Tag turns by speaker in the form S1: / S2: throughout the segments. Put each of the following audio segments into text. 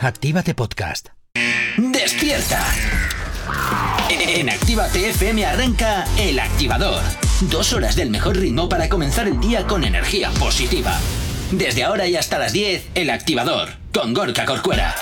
S1: Actívate Podcast.
S2: ¡Despierta! En Activa TFM arranca El Activador. Dos horas del mejor ritmo para comenzar el día con energía positiva. Desde ahora y hasta las 10, El Activador, con Gorka Corcuera.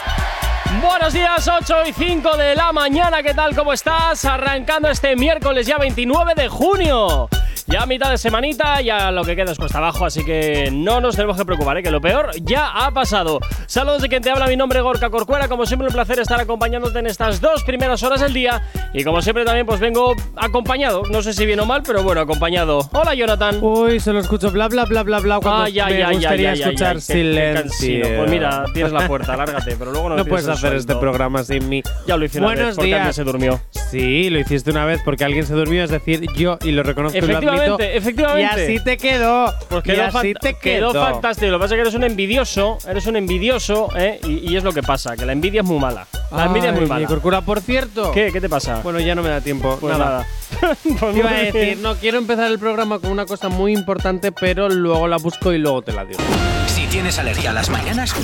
S3: Buenos días, 8 y 5 de la mañana, ¿qué tal? ¿Cómo estás? Arrancando este miércoles ya 29 de junio. Ya a mitad de semanita, ya lo que queda es cuesta abajo, así que no nos tenemos que preocupar, ¿eh? que lo peor ya ha pasado. Saludos de quien te habla, mi nombre es Gorka Corcuera, como siempre un placer estar acompañándote en estas dos primeras horas del día y como siempre también pues vengo acompañado, no sé si bien o mal, pero bueno, acompañado. Hola Jonathan.
S4: Uy, solo escucho bla bla bla bla bla Uh, cuando
S3: Ay, ay, ay,
S4: me
S3: ay,
S4: gustaría
S3: ay, ay,
S4: escuchar
S3: ay, qué- qué
S4: silencio.
S3: cansino. Pues mira, tienes la puerta, lárgate, pero luego no, me
S4: no puedes
S3: pides el
S4: hacer este
S3: sueldo.
S4: programa sin mí.
S3: Ya lo hice una
S4: Buenos
S3: vez, porque
S4: días.
S3: alguien se durmió.
S4: Sí, lo hiciste una vez porque alguien se durmió, es decir, yo y lo reconozco y lo admito.
S3: Efectivamente, efectivamente.
S4: Y así te quedó.
S3: Pues
S4: y
S3: quedó,
S4: así
S3: fant-
S4: te
S3: quedó
S4: quedó.
S3: fantástico. Lo que pasa es que eres un envidioso, eres un envidioso, ¿eh? y, y es lo que pasa, que la envidia es muy mala. La envidia es muy
S4: Ay,
S3: mala.
S4: mi Corcuera, por cierto.
S3: ¿Qué? ¿Qué te pasa?
S4: Bueno, ya no me da tiempo.
S3: Pues
S4: nada.
S3: Pues
S4: Te iba a
S3: muy
S4: decir,
S3: bien.
S4: no quiero empezar el programa con una cosa muy importante, pero luego la busco y luego te la digo.
S2: Si tienes alergia a las mañanas,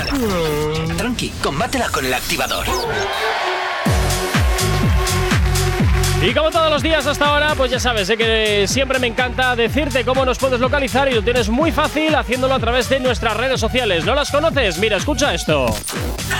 S2: tranqui, combátela con El Activador.
S3: Y como todos los días hasta ahora, pues ya sabes ¿eh? que siempre me encanta decirte cómo nos puedes localizar y lo tienes muy fácil haciéndolo a través de nuestras redes sociales. ¿No las conoces? Mira, escucha esto.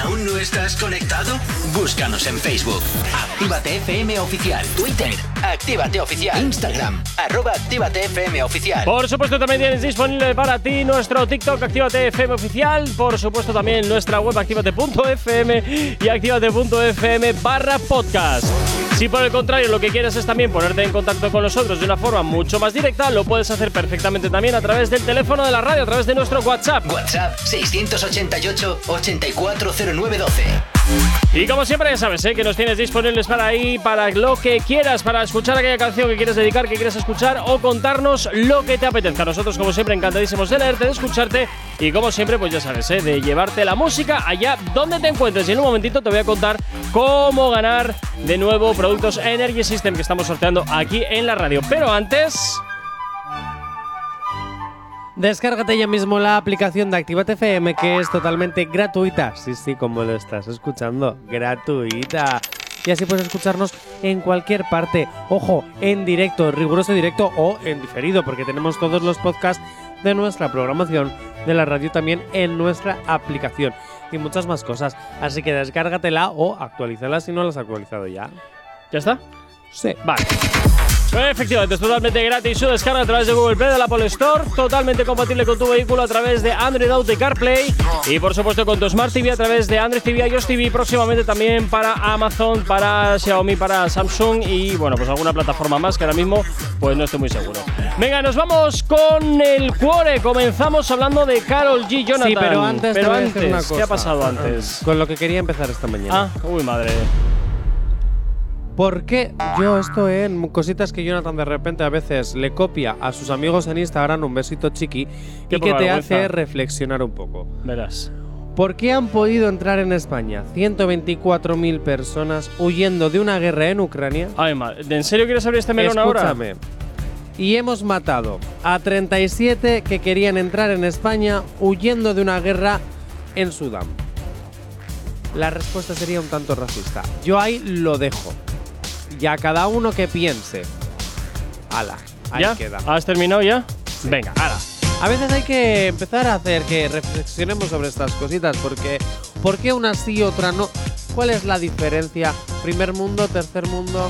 S2: ¿Aún no estás conectado? Búscanos en Facebook. Actívate FM Oficial. Twitter. Actívate Oficial. Instagram. Arroba Actívate FM Oficial.
S3: Por supuesto, también tienes disponible para ti nuestro TikTok Actívate FM oficial. Por supuesto, también nuestra web activate.fm y activate.fm barra podcast. Si por el contrario lo que quieres es también ponerte en contacto con nosotros de una forma mucho más directa, lo puedes hacer perfectamente también a través del teléfono de la radio, a través de nuestro WhatsApp.
S2: WhatsApp 688 840912.
S3: Y como siempre ya sabes, ¿eh? que nos tienes disponibles para ahí, para lo que quieras, para escuchar aquella canción que quieres dedicar, que quieres escuchar o contarnos lo que te apetezca. Nosotros como siempre encantadísimos de leerte, de escucharte y como siempre pues ya sabes, ¿eh? de llevarte la música allá donde te encuentres. Y en un momentito te voy a contar cómo ganar de nuevo productos Energy System que estamos sorteando aquí en la radio. Pero antes...
S4: Descárgate ya mismo la aplicación de Actívate FM que es totalmente gratuita. Sí, sí, como lo estás escuchando, gratuita. Y así puedes escucharnos en cualquier parte. Ojo, en directo, riguroso directo o en diferido, porque tenemos todos los podcasts de nuestra programación de la radio también en nuestra aplicación y muchas más cosas. Así que descárgatela o actualízala si no la has actualizado ya.
S3: ¿Ya está?
S4: Sí.
S3: Vale. Eh, Efectivamente, es totalmente gratis su descarga a través de Google Play, de la Apple Store, totalmente compatible con tu vehículo a través de Android Auto y CarPlay y por supuesto con tu Smart TV a través de Android TV, iOS TV, próximamente también para Amazon, para Xiaomi, para Samsung y bueno, pues alguna plataforma más que ahora mismo pues no estoy muy seguro. Venga, nos vamos con el cuore, comenzamos hablando de Carol G. Jonathan.
S4: Sí, pero antes, te
S3: Pero
S4: voy a decir
S3: antes,
S4: una cosa. Ah,
S3: ¿qué ha pasado antes?
S4: Con lo que quería empezar esta mañana.
S3: Ah, uy madre.
S4: ¿Por qué yo estoy en cositas que Jonathan de repente a veces le copia a sus amigos en Instagram un besito chiqui
S3: Qué
S4: y que te
S3: vergüenza.
S4: hace reflexionar un poco?
S3: Verás.
S4: ¿Por qué han podido entrar en España 124.000 personas huyendo de una guerra en Ucrania?
S3: Ay, madre. ¿En serio quieres abrir este melón ahora?
S4: Escúchame. Y hemos matado a 37 que querían entrar en España huyendo de una guerra en Sudán. La respuesta sería un tanto racista. Yo ahí lo dejo. Y a cada uno que piense. Ala, ahí
S3: ¿Ya?
S4: queda.
S3: ¿Has terminado ya? Venga, ahora.
S4: A veces hay que empezar a hacer que reflexionemos sobre estas cositas, porque ¿por qué una sí y otra no? ¿Cuál es la diferencia? ¿Primer mundo, tercer mundo,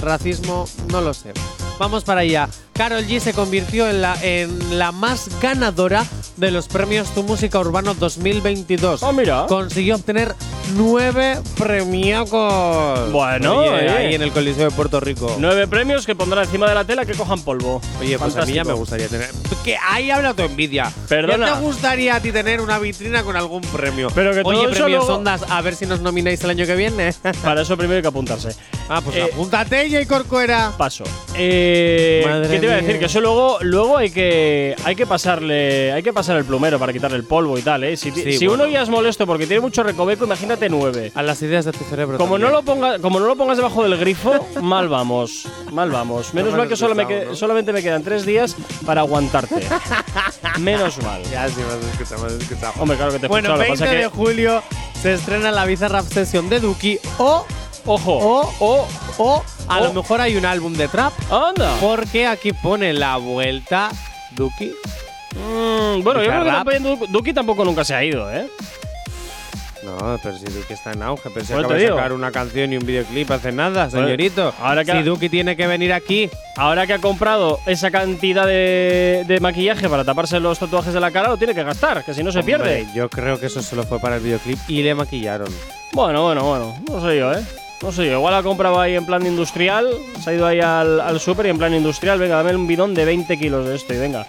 S4: racismo? No lo sé. Vamos para allá. Carol G se convirtió en la, en la más ganadora de los premios Tu Música Urbano 2022.
S3: Ah, mira.
S4: Consiguió obtener nueve premiacos.
S3: Bueno,
S4: Oye,
S3: eh.
S4: ahí en el Coliseo de Puerto Rico.
S3: Nueve premios que pondrá encima de la tela que cojan polvo.
S4: Oye, pues a mí ya
S3: Fantástico.
S4: me gustaría tener. Que ahí habla tu envidia.
S3: Perdona.
S4: ¿Ya te gustaría a ti tener una vitrina con algún premio?
S3: Pero que todo
S4: Oye,
S3: eso
S4: premios
S3: luego-
S4: Ondas, a ver si nos nomináis el año que viene.
S3: Para eso primero hay que apuntarse.
S4: ah, pues
S3: Eh,
S4: apúntate, Jay Corcuera.
S3: Paso. Eh,
S4: Madre
S3: ¿Qué te iba a decir?
S4: mía.
S3: Que eso luego, luego hay que hay que pasarle hay que pasar el plumero para quitarle el polvo y tal, ¿eh? Si, ti-
S4: Sí,
S3: si
S4: bueno.
S3: uno ya es molesto porque tiene mucho recoveco, imagínate nueve.
S4: A las ideas de tu cerebro.
S3: Como no,
S4: también.
S3: lo ponga, como no lo pongas debajo del grifo, mal vamos. Mal vamos. Menos
S4: me
S3: mal que
S4: has
S3: solo me
S4: escuchado,
S3: que-
S4: ¿no?
S3: solamente me quedan tres días para aguantarte. Menos mal.
S4: Ya, sí, me has escuchado, me has escuchado.
S3: Hombre, claro que te he
S4: bueno,
S3: escuchado, lo que
S4: 20
S3: pasa
S4: de
S3: que-
S4: julio se estrena la Bizarrap Session de Duki o,
S3: Ojo.
S4: o, o, o, a
S3: O. Ah.
S4: lo mejor hay un álbum de trap.
S3: ¡Anda!
S4: Porque aquí pone la vuelta Duki.
S3: Mm, bueno, yo creo que
S4: Bizarrap.
S3: también Du- Duki tampoco nunca se ha ido, ¿eh?
S4: No, pero si Duki está en auge, pero si
S3: Bueno, te
S4: acaba de
S3: digo.
S4: sacar una canción y un videoclip hace nada, señorito.
S3: ahora que-
S4: si Duki tiene que venir aquí,
S3: Ahora que ha comprado esa cantidad de, de maquillaje para taparse los tatuajes de la cara, lo tiene que gastar, que si no se pierde.
S4: hombre, yo creo que eso solo fue para el videoclip y le maquillaron.
S3: Bueno, bueno, bueno. No sé yo, ¿eh? No sé yo. Igual la compraba ahí en plan industrial. Se ha ido ahí al, al súper y en plan industrial. Venga, dame un bidón de 20 kilos de esto y venga.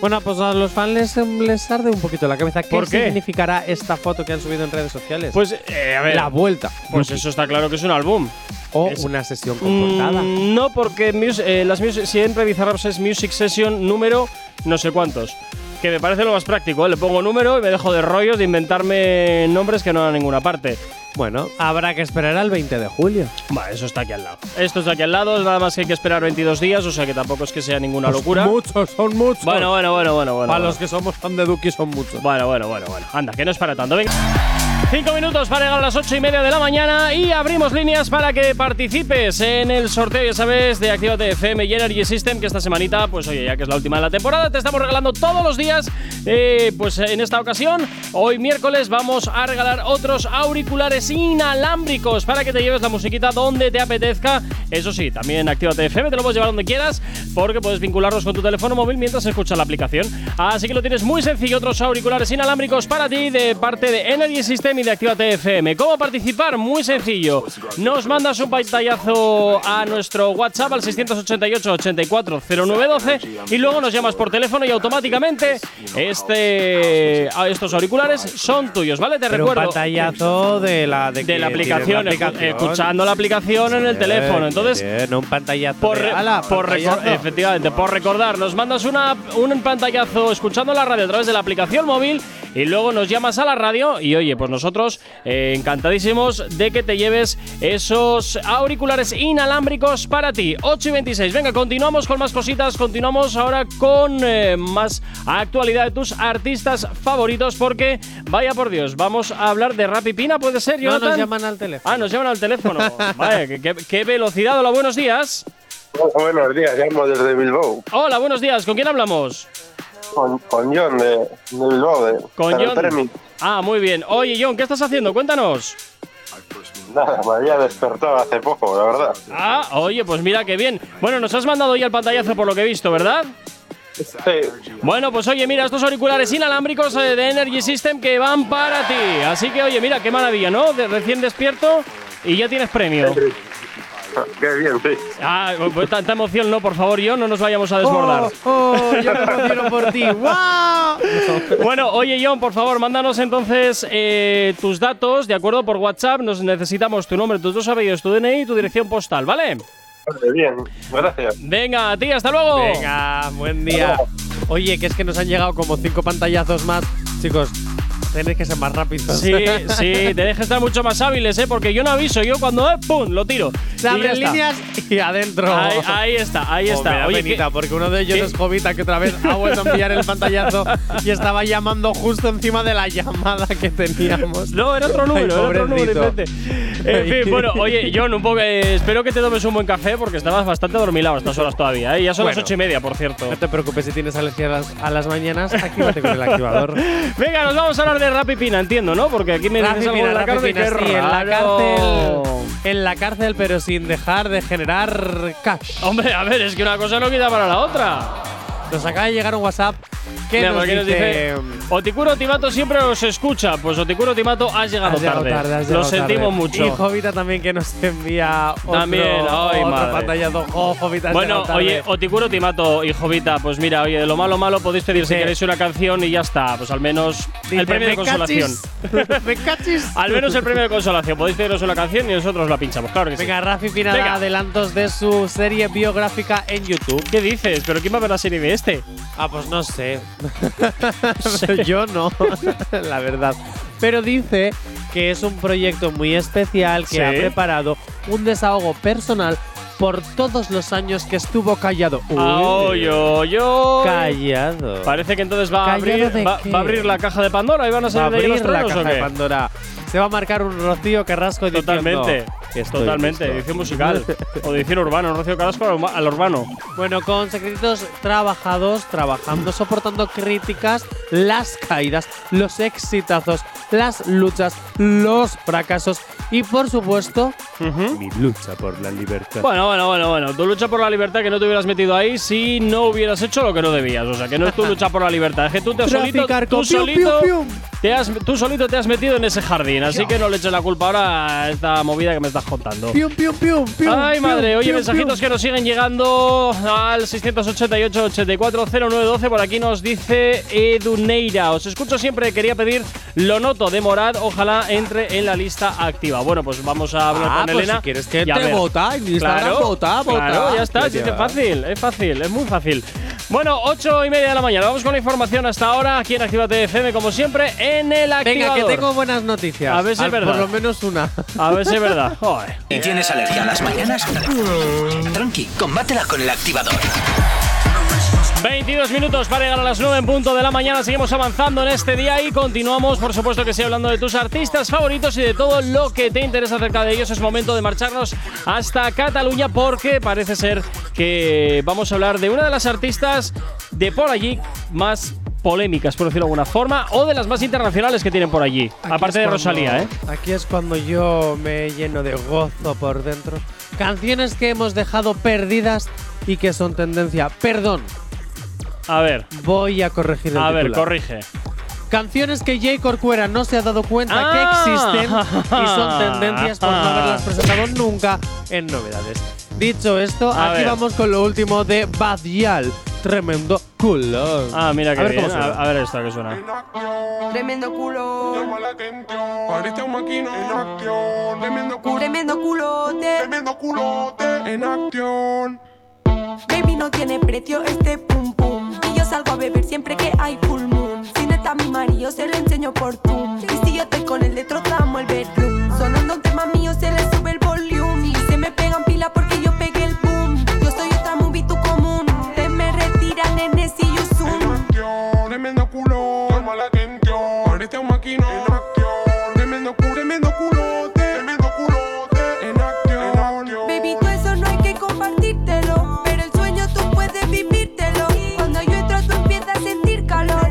S4: Bueno, pues a los fans les, les arde un poquito la cabeza. ¿Qué,
S3: ¿Por qué?
S4: significará esta foto que han subido en redes sociales?
S3: Pues, eh, a ver.
S4: la vuelta.
S3: pues
S4: Duki.
S3: eso está claro que es un álbum.
S4: O
S3: es-
S4: una sesión comportada.
S3: Mm, no, porque mus- eh, las mus- siempre Bizarraps es Music Session número no sé cuántos. Que me parece lo más práctico, ¿eh? le pongo número y me dejo de rollos de inventarme nombres que no van a ninguna parte.
S4: Bueno, habrá que esperar al 20 de julio.
S3: Va, eso está aquí al lado. Esto está aquí al lado, nada más que hay que esperar 22 días, o sea que tampoco es que sea ninguna locura.
S4: Pues Muchos, son muchos.
S3: Bueno, bueno, bueno, bueno, bueno.
S4: Para
S3: bueno.
S4: los que somos fan de Duki son muchos.
S3: Bueno, bueno, bueno, bueno. Anda, que no es para tanto. Venga. Cinco minutos para llegar a las ocho y media de la mañana y abrimos líneas para que participes en el sorteo, ya sabes, de Actívate FM y Energy System, que esta semanita, pues oye, ya que es la última de la temporada, te estamos regalando todos los días, eh, pues en esta ocasión, hoy miércoles vamos a regalar otros auriculares inalámbricos para que te lleves la musiquita donde te apetezca. Eso sí, también Actívate FM, te lo puedes llevar donde quieras, porque puedes vincularlos con tu teléfono móvil mientras escuchas la aplicación. Así que lo tienes muy sencillo, otros auriculares inalámbricos para ti de parte de Energy System y de Actívate FM. ¿Cómo participar? Muy sencillo. Nos mandas un pantallazo a nuestro WhatsApp al 688 84 0912 y luego nos llamas por teléfono y automáticamente este, a estos auriculares son tuyos, ¿vale? Te
S4: Pero un
S3: recuerdo
S4: pantallazo de la, de
S3: de
S4: que
S3: la
S4: tienes
S3: aplicación, escu- escuchando la aplicación en el
S4: Bien,
S3: teléfono. Entonces,
S4: bien, no un pantallazo.
S3: por,
S4: de,
S3: re-
S4: "Hala,
S3: por recor-
S4: pantallazo".
S3: efectivamente, por recordar, nos mandas una, un pantallazo escuchando la radio a través de la aplicación móvil y luego nos llamas a la radio y oye, pues nosotros eh, encantadísimos de que te lleves esos auriculares inalámbricos para ti. 8 y 26. Venga, continuamos con más cositas, continuamos ahora con eh, más actualidad de tus artistas favoritos porque, vaya por Dios, vamos a hablar de Rapipina, ¿puede ser,
S4: No
S3: Jonathan?
S4: nos llaman al teléfono.
S3: Ah, nos llaman al teléfono. Vaya, qué, qué- qué velocidad. Hola, buenos días.
S1: Buenos días, llamo desde Bilbao.
S3: Hola, buenos días. ¿Con quién hablamos?
S1: Con, con John de, de Bilbao, de
S3: Con
S1: San Fermín.
S3: Ah, muy bien. Oye, John, ¿qué estás haciendo? Cuéntanos.
S1: Nada, me había despertado hace poco, la verdad.
S3: Ah, oye, pues mira qué bien. Bueno, nos has mandado ya el pantallazo por lo que he visto, ¿verdad?
S1: Sí,
S3: Bueno, pues oye, mira, estos auriculares inalámbricos eh, de Energy System que van para ti. Así que, oye, mira, qué maravilla, ¿no? De recién despierto y ya tienes premio.
S1: qué bien, sí.
S3: Ah, pues tanta emoción, no, por favor, John, no nos vayamos a desbordar.
S4: Oh, oh, yo me emociono por ti. ¡Guau!
S3: Bueno, oye John, por favor, mándanos entonces eh, tus datos, ¿de acuerdo? Por WhatsApp nos necesitamos tu nombre, tus dos apellidos, tu DNI y tu dirección postal, ¿vale?
S1: Vale, bien, gracias.
S3: Venga, a ti, hasta luego.
S4: Venga, buen día. Oye, que es que nos han llegado como cinco pantallazos más. Chicos, tenéis que ser más rápidos.
S3: Sí, sí, tenéis que estar mucho más hábiles, ¿eh? Porque yo no aviso, yo cuando eh, ¡pum! lo tiro. Y
S4: Se
S3: ya
S4: abren
S3: está.
S4: líneas y adentro.
S3: Ahí, ahí está, ahí
S4: Oh, me
S3: está.
S4: da
S3: Oye,
S4: penita,
S3: ¿qué-
S4: porque uno de ellos
S3: qué-
S4: es Jovita, que otra vez ha vuelto a enviar el pantallazo y estaba llamando justo encima de la llamada que teníamos.
S3: No, era otro número, era otro número
S4: pues. pobrecito.
S3: diferente. En fin, bueno, oye, John, un poco, eh, espero que te tomes un buen café porque estabas bastante dormilado a estas horas todavía, ¿eh? Ya son las
S4: Bueno.
S3: ocho y media, por cierto.
S4: No te preocupes si tienes alergia a las, a las mañanas, actívate con el activador.
S3: Venga, nos vamos a hablar de Rapipina, entiendo, ¿no? Porque aquí me dices
S4: Rafi,
S3: algo
S4: mira,
S3: de la
S4: Rafi,
S3: cárcel
S4: mira,
S3: que
S4: sí,
S3: es
S4: en la
S3: raro.
S4: cárcel. En la cárcel, pero sin dejar de generar cash.
S3: Hombre, a ver, es que una cosa no quita para la otra.
S4: Nos acaba de llegar un WhatsApp que
S3: Mira,
S4: nos,
S3: porque
S4: dice,
S3: nos dice, Oticuro Timato siempre os escucha. Pues Oticuro Timato has llegado,
S4: "Has llegado tarde, has
S3: Lo
S4: llegado
S3: sentimos
S4: tarde".
S3: mucho.
S4: Y Jovita también que nos envía otro,
S3: También, ay,
S4: otro
S3: madre.
S4: pantallazo. Oh, Jovita, has
S3: bueno,
S4: llegado tarde.
S3: oye, Oticuro Timato y Jovita, pues mira, oye, de lo malo malo podéis pedir si
S4: Sí.
S3: queréis una canción y ya está. Pues al menos
S4: Dice,
S3: el premio de
S4: "Me
S3: consolación.
S4: cachis, me cachis.
S3: Al menos el premio de consolación. Podéis pediros una canción y nosotros la pinchamos, claro que sí.
S4: Venga, Rafi Pina
S3: Venga.
S4: da adelantos de su serie biográfica en YouTube.
S3: ¿Qué dices? ¿Pero quién va a ver la serie de este?
S4: Ah, pues no sé. Yo no, la verdad. Pero dice que es un proyecto muy especial que
S3: Sí.
S4: ha preparado un desahogo personal por todos los años que estuvo callado. Uy,
S3: Ah, Ay, ay, ay.
S4: Callado.
S3: Parece que entonces va a,
S4: ¿Callado
S3: abrir,
S4: de
S3: va,
S4: qué?
S3: va a abrir la caja de Pandora y van a
S4: Va a
S3: salir de ahí los
S4: abrir la
S3: truenos,
S4: caja
S3: ¿o
S4: de
S3: qué?
S4: Pandora. Se va a marcar un Rocío Carrasco diciendo,
S3: Totalmente,
S4: "Estoy
S3: totalmente.
S4: listo".
S3: Edición musical o edición urbano. Rocío Carrasco al urba- al urbano.
S4: Bueno, con secretos trabajados, trabajando, soportando críticas, las caídas, los exitazos, las luchas, los fracasos y, por supuesto,
S3: Ujú.
S4: mi lucha por la libertad.
S3: Bueno, bueno, bueno, bueno. Tu lucha por la libertad que no te hubieras metido ahí si no hubieras hecho lo que no debías. O sea, que no es tu lucha por la libertad. Es que tú te solito,
S4: Traficar
S3: tú
S4: con piu,
S3: solito,
S4: piu, piu.
S3: Te has, tú solito te has metido en ese jardín. Así que no le eches la culpa ahora a esta movida que me estás contando.
S4: Pium, pium, pium, pium,
S3: Ay,
S4: pium,
S3: madre, oye,
S4: pium,
S3: mensajitos
S4: pium.
S3: que nos siguen llegando al 688-840912. Por aquí nos dice Eduneira. Os escucho siempre, quería pedir lo noto de Morad. Ojalá entre en la lista activa. Bueno, pues vamos a hablar
S4: Ah,
S3: con
S4: pues
S3: Elena.
S4: si quieres
S3: y
S4: que
S3: a
S4: te
S3: ver.
S4: vota, en Instagram
S3: Claro,
S4: vota, vota.
S3: Claro, ya está, sí,
S4: Ya
S3: es
S4: lleva.
S3: fácil, es fácil, es muy fácil. Bueno, 8 y media de la mañana. Vamos con la información hasta ahora aquí en Actívate FM, como siempre, en el
S4: Venga,
S3: activador.
S4: que tengo buenas noticias.
S3: A ver si es
S4: Al-
S3: verdad.
S4: Por lo menos una.
S3: A ver si es verdad. Joder.
S2: ¿Y tienes alergia a las mañanas? Tranqui, combátela con el activador.
S3: 22 minutos para llegar a las 9 en punto de la mañana. Seguimos avanzando en este día y continuamos, por supuesto, que sí, hablando de tus artistas favoritos y de todo lo que te interesa acerca de ellos. Es momento de marcharnos hasta Cataluña porque parece ser que vamos a hablar de una de las artistas de por allí más polémicas, por decirlo de alguna forma, o de las más internacionales que tienen por allí.
S4: Aquí
S3: aparte
S4: es
S3: de
S4: cuando-
S3: Rosalía, ¿eh?
S4: Aquí es cuando yo me lleno de gozo por dentro. Canciones que hemos dejado perdidas y que son tendencia. Perdón,
S3: A ver,
S4: voy a corregir el
S3: a ver,
S4: titular.
S3: corrige.
S4: Canciones que Jay Corcuera no se ha dado cuenta que
S3: Ah.
S4: existen y son tendencias por no haberlas presentado nunca en novedades. Dicho esto,
S3: A
S4: aquí
S3: ver.
S4: vamos con lo último de Badial. Tremendo culo.
S3: Ah, mira que
S4: a ver cómo
S3: bien.
S4: suena.
S3: A, a ver esto que suena.
S5: Tremendo culo,
S6: Ahorita un maquino en acción. Tremendo culo.
S5: tremendo culote.
S6: Tremendo culote en acción.
S5: Baby no tiene precio este pum pum. Y yo salgo a beber siempre que hay full moon. Si no está mi marido, se lo enseño por Zoom. Y si yo estoy con él, le trozamos el bedroom. Sonando un tema mío, se le sube el volumen. Y se me pegan pila porque yo pegué el boom. Yo soy otra movie, tú común. Te me retiran, nene, si yo
S6: En
S5: zoom.
S6: acción. Tremendo culo. Toma la atención. Ahorita un maquino en acción. Tremendo culo. Tremendo culote. Tremendo culote en acción.
S5: Baby, tú eso no hay que compartírtelo. Pero el sueño tú puedes vivírtelo. Cuando yo entro, tú empiezas a sentir calor.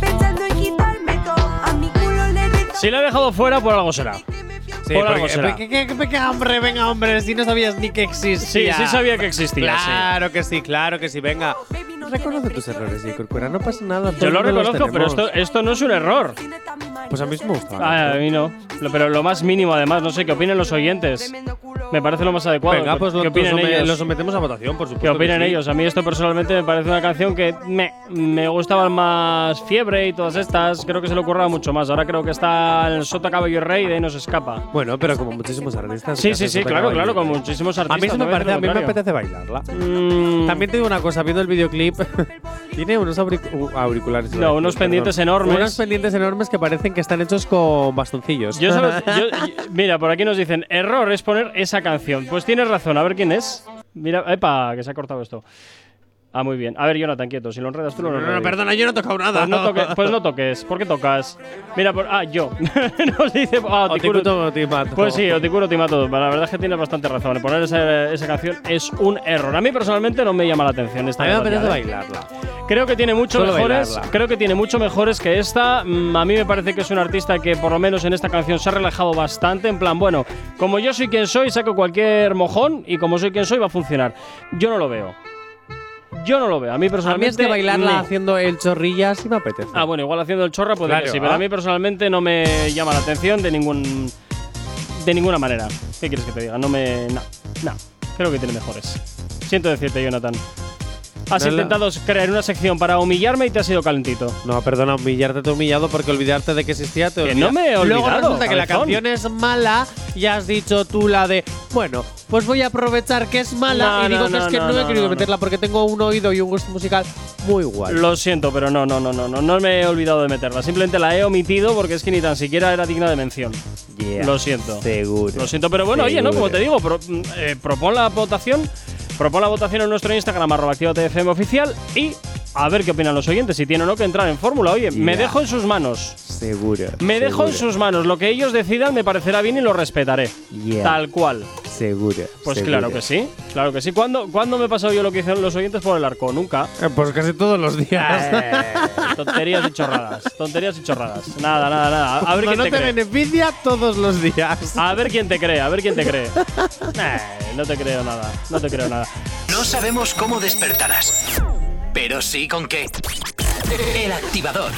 S5: Pensando en quitarme todo. A mi culo le meto.
S3: Si lo he dejado fuera, por algo será.
S4: Sí,
S3: Por
S4: porque-
S3: algo será.
S4: porque- que- que- que- hombre, venga, hombre, si no sabías ni que
S3: Sí,
S4: existía.
S3: sí sabía que existía, sí.
S4: Claro que sí, claro que sí, venga.
S5: Baby, no
S4: Reconoce
S5: tiene
S4: tus
S5: precio,
S4: errores, y
S5: respeto.
S4: Corcuera, no pasa nada. todo
S3: Yo
S4: el
S3: lo
S4: mundo los
S3: reconozco, pero
S4: tenemos.
S3: esto, esto no es un error.
S5: Si no está mi marido,
S4: Pues a mí sí me gusta.
S3: Ah, a mí no. Lo- Pero lo más mínimo, además, no sé qué opinen los oyentes.
S5: Tremendo culo.
S3: Me parece lo más adecuado.
S4: Venga, pues lo,
S3: ¿Qué opinen
S4: lo some-
S3: ellos?
S4: lo sometemos a votación, por supuesto.
S3: ¿Qué opinan
S4: que sí.
S3: ellos? A mí esto personalmente me parece una canción que me, me gustaban más Fiebre y todas estas. Creo que se le ocurra mucho más. Ahora creo que está el Sota Caballo y Rey y de ahí nos escapa.
S4: Bueno, pero como muchísimos artistas.
S3: Sí,
S4: que
S3: sí,
S4: hacen
S3: sí,
S4: Sota
S3: claro,
S4: Caballo
S3: claro,
S4: y
S3: con
S4: Rey.
S3: muchísimos
S4: A
S3: artistas.
S4: mí sí me
S3: no voy
S4: parece,
S3: a
S4: a mí
S3: decir lo
S4: me
S3: contrario.
S4: apetece bailarla.
S3: Mm,
S4: También te digo una cosa, viendo el videoclip, tiene unos auric- u- auriculares.
S3: No, unos pendientes enormes.
S4: Unos pendientes enormes que parecen que están hechos con bastoncillos.
S3: yo solo- yo- yo- mira, por aquí nos dicen, error es poner esa canción. Pues tienes razón, a ver quién es. Mira, epa, que se ha cortado esto. Ah, muy bien. A ver, Jonathan, quieto, si lo enredas tú lo
S4: No,
S3: enredas.
S4: no, no, perdona, yo no he tocado nada.
S3: Pues no, toques, pues no toques. ¿Por qué tocas? Mira, por, ah, yo. Nos dice. Ah,
S4: O te
S3: Tikuru-
S4: cuto o te mato.
S3: Pues sí, Oticuro Timato. La verdad es que tienes bastante razón. Poner esa, esa canción es un error. A mí personalmente no me llama la atención esta
S4: A mí me
S3: melodía,
S4: apetece
S3: ¿eh?
S4: bailarla.
S3: Creo que tiene mucho
S4: Solo
S3: mejores.
S4: bailarla.
S3: Creo que tiene mucho mejores que esta. Mm, A mí me parece que es un artista que por lo menos en esta canción se ha relajado bastante. En plan, bueno, como yo soy quien soy, saco cualquier mojón y como soy quien soy va a funcionar. Yo no lo veo. Yo no lo veo. A mí
S4: A mí
S3: personalmente.
S4: es que bailarla
S3: no.
S4: haciendo el chorrilla sí me apetece.
S3: Ah, bueno, igual haciendo el chorra podría
S4: Claro,
S3: que sí, pero
S4: ¿ah?
S3: a mí personalmente no me llama la atención de ningún de ninguna manera. ¿Qué quieres que te diga? No me no, no. Creo que tiene mejores. Siento decirte, Jonathan. Has
S4: No la-
S3: intentado crear una sección para humillarme y te ha sido calentito.
S4: No, perdona, humillarte te he humillado porque olvidarte de que existía te
S3: Que
S4: olvida.
S3: no me he
S4: Luego
S3: olvidado,
S4: resulta que la
S3: cabezón.
S4: canción es mala y has dicho tú la de, bueno, pues voy a aprovechar que es mala
S3: No,
S4: y digo
S3: no,
S4: que es
S3: no,
S4: que no,
S3: no,
S4: he
S3: no,
S4: querido
S3: no,
S4: meterla porque tengo un oído y un gusto musical muy guay.
S3: Lo siento, pero no, no, no, no, no, no me he olvidado de meterla. Simplemente la he omitido porque es que ni tan siquiera era digna de mención.
S4: Yeah,
S3: Lo siento.
S4: Seguro.
S3: Lo siento, pero bueno, oye, ¿no? Como te digo, pro- mm, eh, propon la votación. Propon la votación en nuestro Instagram, arroba activatfm oficial. Y a ver qué opinan los oyentes, si tienen o no que entrar en fórmula. Oye, me
S4: Ya.
S3: dejo en sus manos.
S4: Seguro.
S3: Me dejo en
S4: seguro,
S3: sus manos. Lo que ellos decidan me parecerá bien y lo respetaré.
S4: Yeah.
S3: Tal cual.
S4: Seguro.
S3: Pues
S4: seguro.
S3: claro que sí. Claro que sí. ¿Cuándo, ¿Cuándo me he pasado yo lo que hicieron los oyentes por el arco? Nunca.
S4: Eh, Pues casi todos los días.
S3: Tonterías y chorradas. Tonterías y chorradas. Nada, nada, nada. A ver
S4: Cuando
S3: quién
S4: no
S3: te
S4: te,
S3: cree.
S4: beneficia todos los días.
S3: A ver quién te cree, a ver quién te cree. Nah, no te creo nada, no te creo nada.
S2: No sabemos cómo despertarás, pero sí con qué. El activador.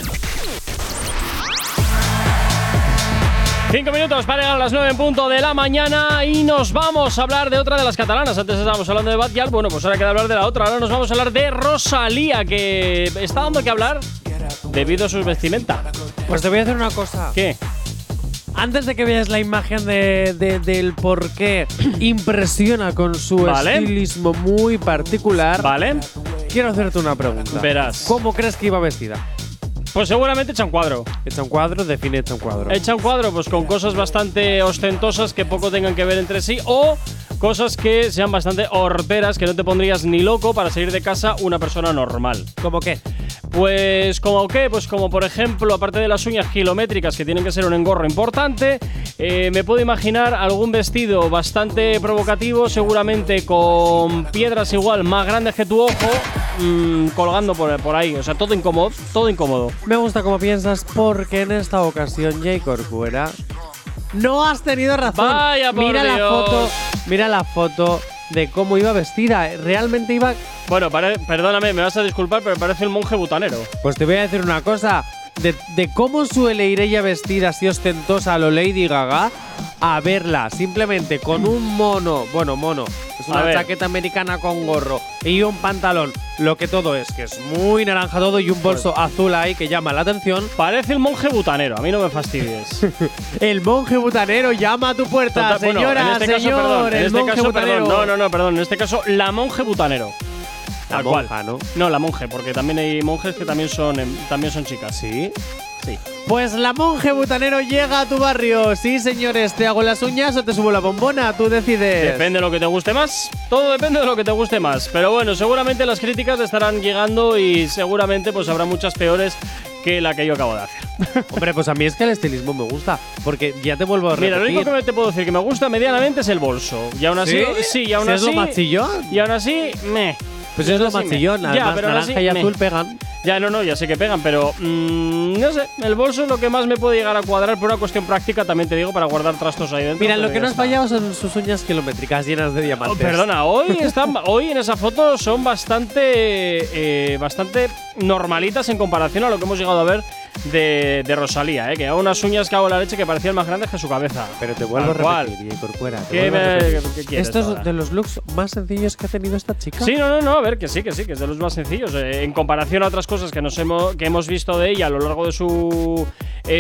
S3: Cinco minutos para llegar a las 9 en punto de la mañana y nos vamos a hablar de otra de las catalanas. Antes estábamos hablando de Batgirl, bueno, pues ahora queda hablar de la otra. Ahora nos vamos a hablar de Rosalía, que está dando que hablar debido a sus vestimenta.
S4: Pues te voy a hacer una cosa.
S3: ¿Qué?
S4: Antes de que veas la imagen de, de- del por qué impresiona con su
S3: Vale.
S4: estilismo muy particular,
S3: ¿Vale?
S4: quiero hacerte una pregunta.
S3: Verás.
S4: ¿Cómo crees que iba vestida?
S3: Pues seguramente echa un cuadro.
S4: Echa un cuadro, define echa un cuadro.
S3: Echa un cuadro pues con cosas bastante ostentosas que poco tengan que ver entre sí o cosas que sean bastante horteras que no te pondrías ni loco para salir de casa una persona normal.
S4: ¿Cómo qué?
S3: Pues como qué, pues como por ejemplo, aparte de las uñas kilométricas que tienen que ser un engorro importante, eh, me puedo imaginar algún vestido bastante provocativo, seguramente con piedras igual más grandes que tu ojo, mm, colgando por, por ahí, o sea, todo incómodo, todo incómodo.
S4: Me gusta como piensas porque en esta ocasión J. Corcuera no has tenido razón.
S3: Vaya por
S4: mira la
S3: Dios.
S4: foto, mira la foto de cómo iba vestida. Realmente iba
S3: Bueno, pare- perdóname, me vas a disculpar, pero parece un monje butanero.
S4: Pues te voy a decir una cosa. De, de cómo suele ir ella vestida así ostentosa a lo Lady Gaga, a verla simplemente con un mono, bueno, mono, es
S3: A
S4: una
S3: ver.
S4: chaqueta americana con gorro y un pantalón, lo que todo es, que es muy naranja todo y un bolso azul ahí que llama la atención.
S3: Parece el monje butanero, a mí no me fastidies.
S4: El monje butanero llama a tu puerta,
S3: Total- bueno,
S4: señora,
S3: en este
S4: señor,
S3: caso, perdón,
S4: el
S3: en este
S4: monje
S3: caso,
S4: butanero.
S3: perdón, no, no, no, perdón, en este caso, la monje butanero.
S4: La
S3: Tal cual.
S4: monja, ¿no?
S3: No, la monje, porque también hay monjes que también son, em, también son chicas.
S4: Sí.
S3: Sí.
S4: Pues la monje butanero llega a tu barrio. Sí, señores, te hago las uñas o te subo la bombona, tú decides.
S3: Depende de lo que te guste más. Todo depende de lo que te guste más. Pero bueno, seguramente las críticas estarán llegando y seguramente pues habrá muchas peores que la que yo acabo de hacer.
S4: Hombre, pues a mí es que el estilismo me gusta, porque ya te vuelvo a repetir.
S3: Mira, lo único que me- te puedo decir que me gusta medianamente es el bolso. Y aún así, sí, y aún
S4: ¿Si
S3: así.
S4: es lo más chillón?
S3: Y aún así, me.
S4: Pues es lo más chillón, además
S3: pero aún
S4: naranja
S3: así,
S4: y
S3: meh.
S4: azul pegan.
S3: Ya, no, no, ya sé que pegan, pero mm, no sé, el bolso es lo que más me puede llegar a cuadrar por una cuestión práctica, también te digo, para guardar trastos ahí dentro.
S4: Mira, lo
S3: pero
S4: que
S3: ya
S4: no has
S3: está.
S4: fallado son sus uñas kilométricas llenas de
S3: Oh,
S4: diamantes.
S3: perdona, hoy están, hoy en esa foto son bastante, eh, bastante normalitas en comparación a lo que hemos llegado a ver de, de Rosalía, eh, que a unas uñas que hago la leche que parecían más grandes que su cabeza.
S4: Pero te vuelvo
S3: Tal
S4: a
S3: cual.
S4: repetir, Diego Corcuera, te
S3: ¿Qué
S4: vuelvo a
S3: me-
S4: repetir.
S3: qué quieres
S4: Esto
S3: ahora?
S4: es de los looks más sencillos que ha tenido esta chica.
S3: Sí, no, no, no, a ver, que sí, que sí, que es de los más sencillos. eh, en comparación a otras cosas que, nos hemos, que hemos visto de ella a lo largo de su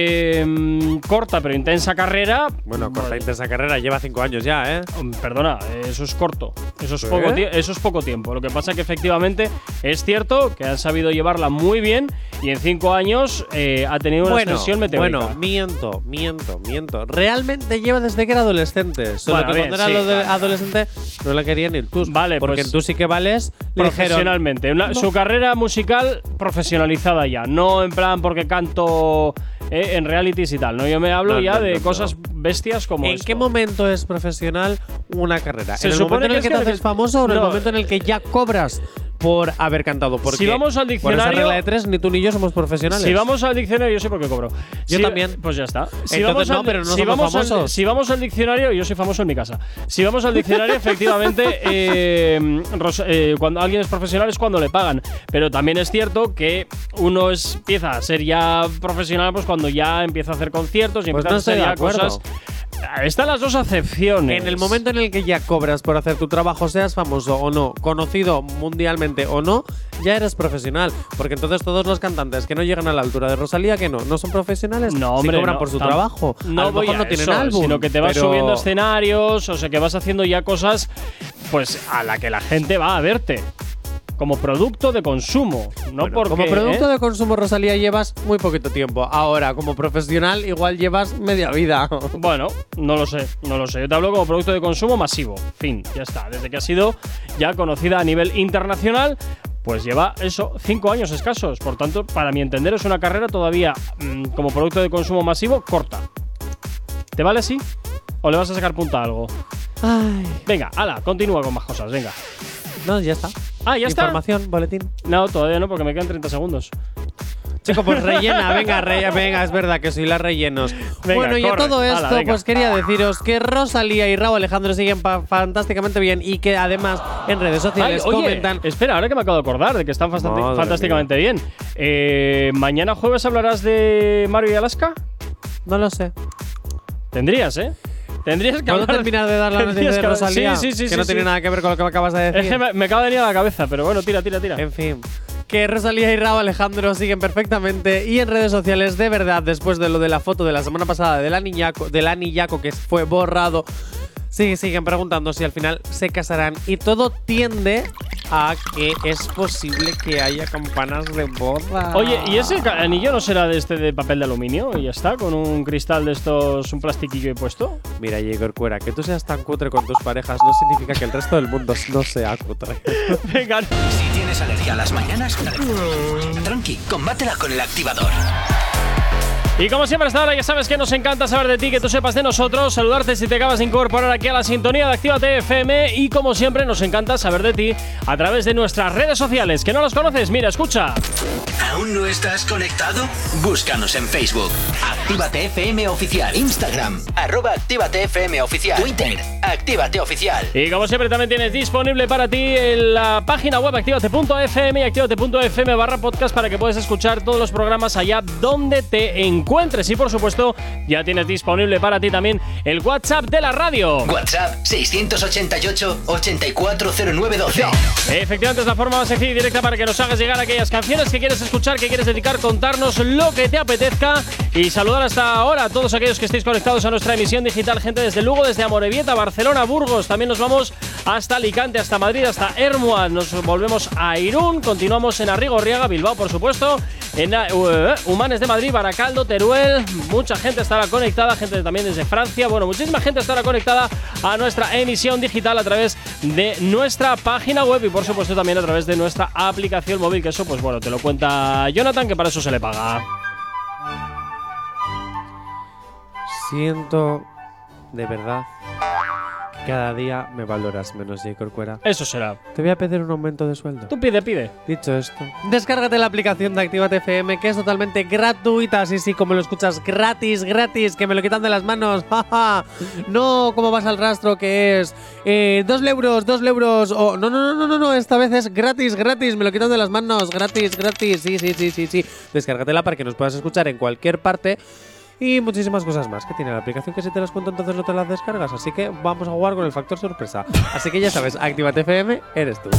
S3: em, corta pero intensa carrera.
S4: Bueno, corta intensa carrera, lleva cinco años ya, ¿eh?
S3: Mm, Perdona, eh, eso es corto, eso es,
S4: ¿Eh?
S3: poco tie- eso es poco tiempo. Lo que pasa que efectivamente es cierto que han sabido llevarla muy bien y en cinco años eh, ha tenido una
S4: Bueno,
S3: extensión meteórica.
S4: bueno, miento, miento, miento. Realmente lleva desde que era adolescente. Solo
S3: Bueno,
S4: que
S3: bien,
S4: cuando era
S3: sí,
S4: lo de-
S3: vale.
S4: adolescente no la querían el TUS.
S3: Vale,
S4: porque
S3: pues,
S4: en TUS sí que vales. le dijeron,
S3: profesionalmente. Una- Su carrera musical profesionalizada ya, no en plan porque canto eh, en realities y tal. No, yo me hablo
S4: No,
S3: ya
S4: no,
S3: de
S4: no, no.
S3: cosas bestias como
S4: ¿En
S3: esto.
S4: qué momento es profesional una carrera?
S3: Se
S4: ¿En el
S3: supone
S4: momento en
S3: que
S4: el que
S3: es
S4: te
S3: que-
S4: haces famoso o en el
S3: no.
S4: momento en el que ya cobras por haber cantado? Porque
S3: Si vamos al
S4: Por esa
S3: diccionario-
S4: regla de tres, ni tú ni yo somos profesionales.
S3: Si vamos al diccionario, yo sé por qué cobro.
S4: Yo
S3: Si-
S4: también.
S3: Pues ya está. Si
S4: Entonces
S3: vamos
S4: no,
S3: al,
S4: pero no
S3: si
S4: somos
S3: vamos al-
S4: famosos.
S3: si vamos al diccionario, yo soy famoso en mi casa. Si vamos al diccionario, efectivamente, eh, Ros- eh, cuando alguien es profesional es cuando le pagan. Pero también es cierto que uno es- empieza a ser ya profesional pues cuando ya empieza a hacer conciertos y
S4: Pues
S3: empieza
S4: no
S3: a hacer
S4: estoy de
S3: ya
S4: acuerdo.
S3: cosas. Ah, Están las dos acepciones.
S4: En el momento en el que ya cobras por hacer tu trabajo, seas famoso o no, conocido mundialmente o no, ya eres profesional. Porque entonces todos los cantantes que no llegan a la altura de Rosalía, que no, no son profesionales,
S3: No, hombre,
S4: sí cobran
S3: no,
S4: por su
S3: tam-
S4: trabajo.
S3: No
S4: a lo
S3: voy
S4: mejor
S3: a
S4: no tienen
S3: eso,
S4: álbum,
S3: sino que te vas
S4: pero-
S3: subiendo a escenarios, o sea, que vas haciendo ya cosas pues a la que la gente va a verte. como producto de consumo, no
S4: Bueno,
S3: porque
S4: como producto
S3: ¿eh?
S4: de consumo, Rosalía, llevas muy poquito tiempo. Ahora, como profesional, igual llevas media vida.
S3: Bueno, no lo sé, no lo sé. Yo te hablo como producto de consumo masivo. Fin, ya está. Desde que ha sido ya conocida a nivel internacional, pues lleva eso cinco años escasos. Por tanto, para mi entender, es una carrera todavía mm, como producto de consumo masivo corta. ¿Te vale así? ¿O le vas a sacar punta a algo?
S4: Ay,
S3: Venga, ala, continúa con más cosas, venga.
S4: no, ya está.
S3: Ah, ya está.
S4: Información, boletín.
S3: No, todavía no, porque me quedan 30 segundos.
S4: Chico, pues rellena, venga, rellena, venga, es verdad que soy la rellenos.
S3: Venga,
S4: bueno, y a
S3: corre,
S4: todo
S3: ala,
S4: esto,
S3: venga.
S4: pues quería deciros que Rosalía y Raúl Alejandro siguen pa- fantásticamente bien y que además en redes sociales
S3: Ay, oye, eh,
S4: comentan.
S3: Espera, ahora que me acabo de acordar de que están fasta-
S4: Madre
S3: fantásticamente bien. Eh, mañana jueves hablarás de Mario y Alaska.
S4: No lo sé.
S3: Tendrías, ¿eh? Tendrías que
S4: ¿Puedo
S3: hablar.
S4: terminar de dar la noticia
S3: tendrías
S4: de
S3: que hablar-
S4: Rosalía?
S3: Sí, sí, sí.
S4: que
S3: sí,
S4: no
S3: sí.
S4: tiene nada que ver con lo que me acabas de
S3: Es
S4: decir.
S3: que me, me acaba de venir a la cabeza, pero bueno, tira, tira, tira.
S4: En fin. Que Rosalía y Raúl Alejandro siguen perfectamente y en redes sociales, de verdad, después de lo de la foto de la semana pasada de la niñaco, del anillaco que fue borrado, sí, siguen preguntando si al final se casarán y todo tiende a que es posible que haya campanas de boda.
S3: Oye, ¿y ese ca- anillo no será de este de papel de aluminio? Y ya está, con un cristal de estos, un plastiquillo he puesto.
S4: Mira, Jacob Cuera, que tú seas tan cutre con tus parejas no significa que el resto del mundo no sea cutre.
S3: Venga,
S2: Si tienes alergia a las mañanas, dale. tranqui, combátela con el activador.
S3: Y como siempre hasta ahora ya sabes que nos encanta saber de ti, que tú sepas de nosotros, saludarte si te acabas de incorporar aquí a la sintonía de Actívate FM y como siempre nos encanta saber de ti a través de nuestras redes sociales, que no las conoces, mira, escucha.
S2: ¿Aún no estás conectado? Búscanos en Facebook. Actívate FM Oficial. Instagram. Arroba Actívate FM Oficial. Twitter. Actívate Oficial.
S3: Y como siempre también tienes disponible para ti en la página web activate.fm y activate.fm barra podcast para que puedas escuchar todos los programas allá donde te encuentres. Y por supuesto ya tienes disponible para ti también el WhatsApp de la radio.
S2: WhatsApp 688 840912.
S3: Efectivamente, es la forma más sencilla y directa para que nos hagas llegar aquellas canciones que quieres escuchar, que quieres dedicar, contarnos lo que te apetezca y saludar hasta ahora a todos aquellos que estéis conectados a nuestra emisión digital, gente desde Lugo, desde Amorebieta, Barcelona, Burgos, también nos vamos hasta Alicante, hasta Madrid, hasta Hermoa, nos volvemos a Irún, continuamos en Arrigorriaga, Bilbao, por supuesto, en eh, Humanes de Madrid, Baracaldo, Teruel, mucha gente estará conectada, gente también desde Francia, bueno, muchísima gente estará conectada a nuestra emisión digital a través de nuestra página web y por supuesto también a través de nuestra aplicación móvil, que eso pues bueno, te lo cuenta Jonathan, que para eso se le paga.
S4: Siento de verdad que cada día me valoras menos, J. Corcuera.
S3: Eso será.
S4: Te voy a pedir un aumento de sueldo.
S3: Tú pide, pide.
S4: Dicho esto, descárgate la aplicación de Actívate FM que es totalmente gratuita. Sí, sí, como lo escuchas, gratis, gratis, que me lo quitan de las manos. jaja. no, ¿cómo vas al rastro que es? Eh, dos euros, dos euros. o no, no, no, no, no, no, esta vez es gratis, gratis, me lo quitan de las manos. Gratis, gratis. Sí, sí, sí, sí, sí. Descárgatela para que nos puedas escuchar en cualquier parte. Y muchísimas cosas más que tiene la aplicación que si te las cuento entonces no te las descargas. Así que vamos a jugar con el factor sorpresa. Así que ya sabes, Actívate FM eres tú.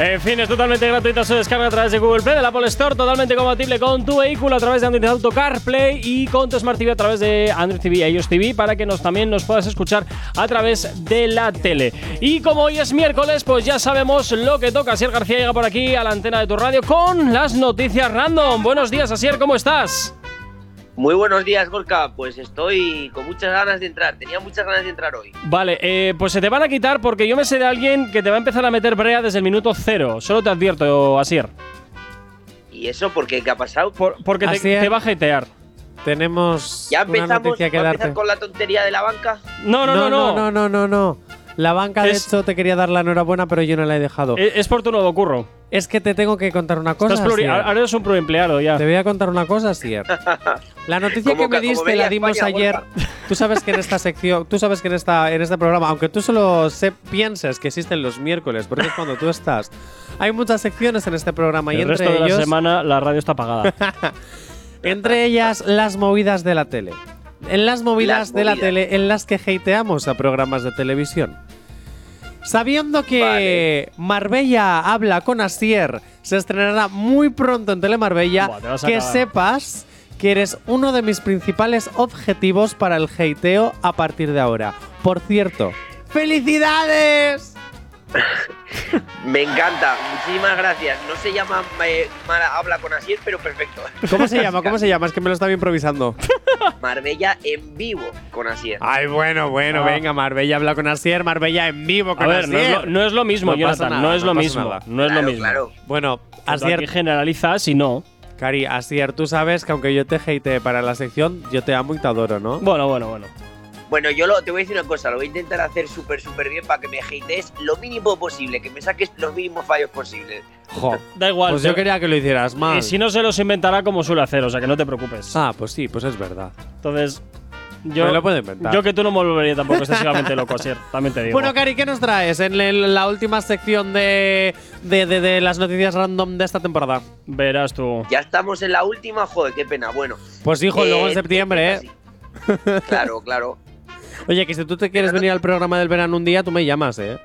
S3: En fin, es totalmente gratuita su descarga a través de Google Play, de la Apple Store, totalmente compatible con tu vehículo a través de Android Auto CarPlay y con tu Smart TV a través de Android TV e iOS TV para que nos, también nos puedas escuchar a través de la tele. Y como hoy es miércoles, pues ya sabemos lo que toca. Asier García llega por aquí a la antena de tu radio con las noticias random. Buenos días, Asier, ¿cómo estás?
S7: Muy buenos días, Gorka. Pues estoy con muchas ganas de entrar. Tenía muchas ganas de entrar hoy.
S3: Vale, eh, pues se te van a quitar porque yo me sé de alguien que te va a empezar a meter brea desde el minuto cero. Solo te advierto, Asier,
S7: ¿Y eso por qué? ¿Qué ha pasado?
S3: por- porque te,
S4: Asier.
S3: te va a hatear.
S4: Tenemos
S7: ¿Ya
S4: una
S7: empezamos
S4: noticia que
S7: ¿Va a empezar
S4: darte.
S7: con la tontería de la banca?
S3: No, no, no, no.
S4: no, no, no, no. La banca,
S3: Es-
S4: de hecho, te quería dar la enhorabuena, pero yo no la he dejado.
S3: Eh, Es por tu nuevo curro.
S4: es que te tengo que contar una cosa.
S3: Estás pluri-
S4: Asier.
S3: ahora eres un proempleado ya.
S4: Te voy a contar una cosa, Sier. La noticia
S7: Como
S4: que me
S7: ca- como
S4: diste
S7: venía
S4: la dimos
S7: España,
S4: ayer.
S7: vuelta.
S4: Tú sabes que en esta sección, tú sabes que en esta en este programa, aunque tú solo se, pienses que existen los miércoles, porque es cuando tú estás. Hay muchas secciones en este programa y
S3: El
S4: entre
S3: resto de la
S4: ellos
S3: semana la radio está apagada.
S4: Entre ellas, las movidas de la tele. En las movidas
S7: Las
S4: de la
S7: movidas.
S4: tele en las que hateamos a programas de televisión. Sabiendo que Marbella habla con Asier, se estrenará muy pronto en Telemarbella,
S3: Buah, te vas a
S4: que
S3: acabar.
S4: sepas que eres uno de mis principales objetivos para el hateo a partir de ahora. Por cierto, ¡felicidades!
S7: Me encanta, muchísimas gracias. No se llama eh, Mara habla con Asier, pero perfecto.
S4: ¿Cómo se llama? ¿Cómo se llama? Es que me lo estaba improvisando.
S7: Marbella en vivo con Asier.
S4: Ay, bueno, bueno,
S3: Ah.
S4: venga, Marbella habla con Asier, Marbella en vivo con
S3: A ver, no
S4: Asier.
S3: es, lo, no es lo mismo,
S4: No pasa
S3: Jonathan,
S4: nada,
S3: no es
S4: no
S3: lo
S4: pasa
S3: mismo.
S4: nada.
S3: No es
S7: Claro,
S3: lo mismo.
S7: claro.
S4: Bueno,
S3: Tú Pues aquí
S4: Asier,
S3: generalizas y no.
S4: Cari, Asier, tú sabes que aunque yo te hate para la sección, yo te amo y te adoro, ¿no?
S3: Bueno, bueno, bueno.
S7: Bueno, yo lo, te voy a decir una cosa, lo voy a intentar hacer súper, súper bien para que me hatees lo mínimo posible, que me saques los mínimos fallos posibles.
S4: Jo.
S3: Da igual.
S4: Pues yo
S3: pero-
S4: quería que lo hicieras
S3: y
S4: mal.
S3: si no se los inventará como suele hacer, o sea que no te preocupes.
S4: Ah, pues sí, pues es verdad.
S3: Entonces, yo.
S4: Me lo puedo inventar.
S3: Yo que tú no me volvería tampoco excesivamente loco, Asier. También te digo.
S4: Bueno, Cari, ¿qué nos traes en el- la última sección de, de, de- de las noticias random de esta temporada?
S3: Verás tú.
S7: Ya estamos en la última, joder, qué pena. Bueno,
S4: Pues hijo,
S7: Eh,
S4: luego en septiembre, ¿eh?
S7: así. Claro, claro.
S4: Oye, que si tú te quieres venir al programa del verano un día, tú me llamas, ¿eh?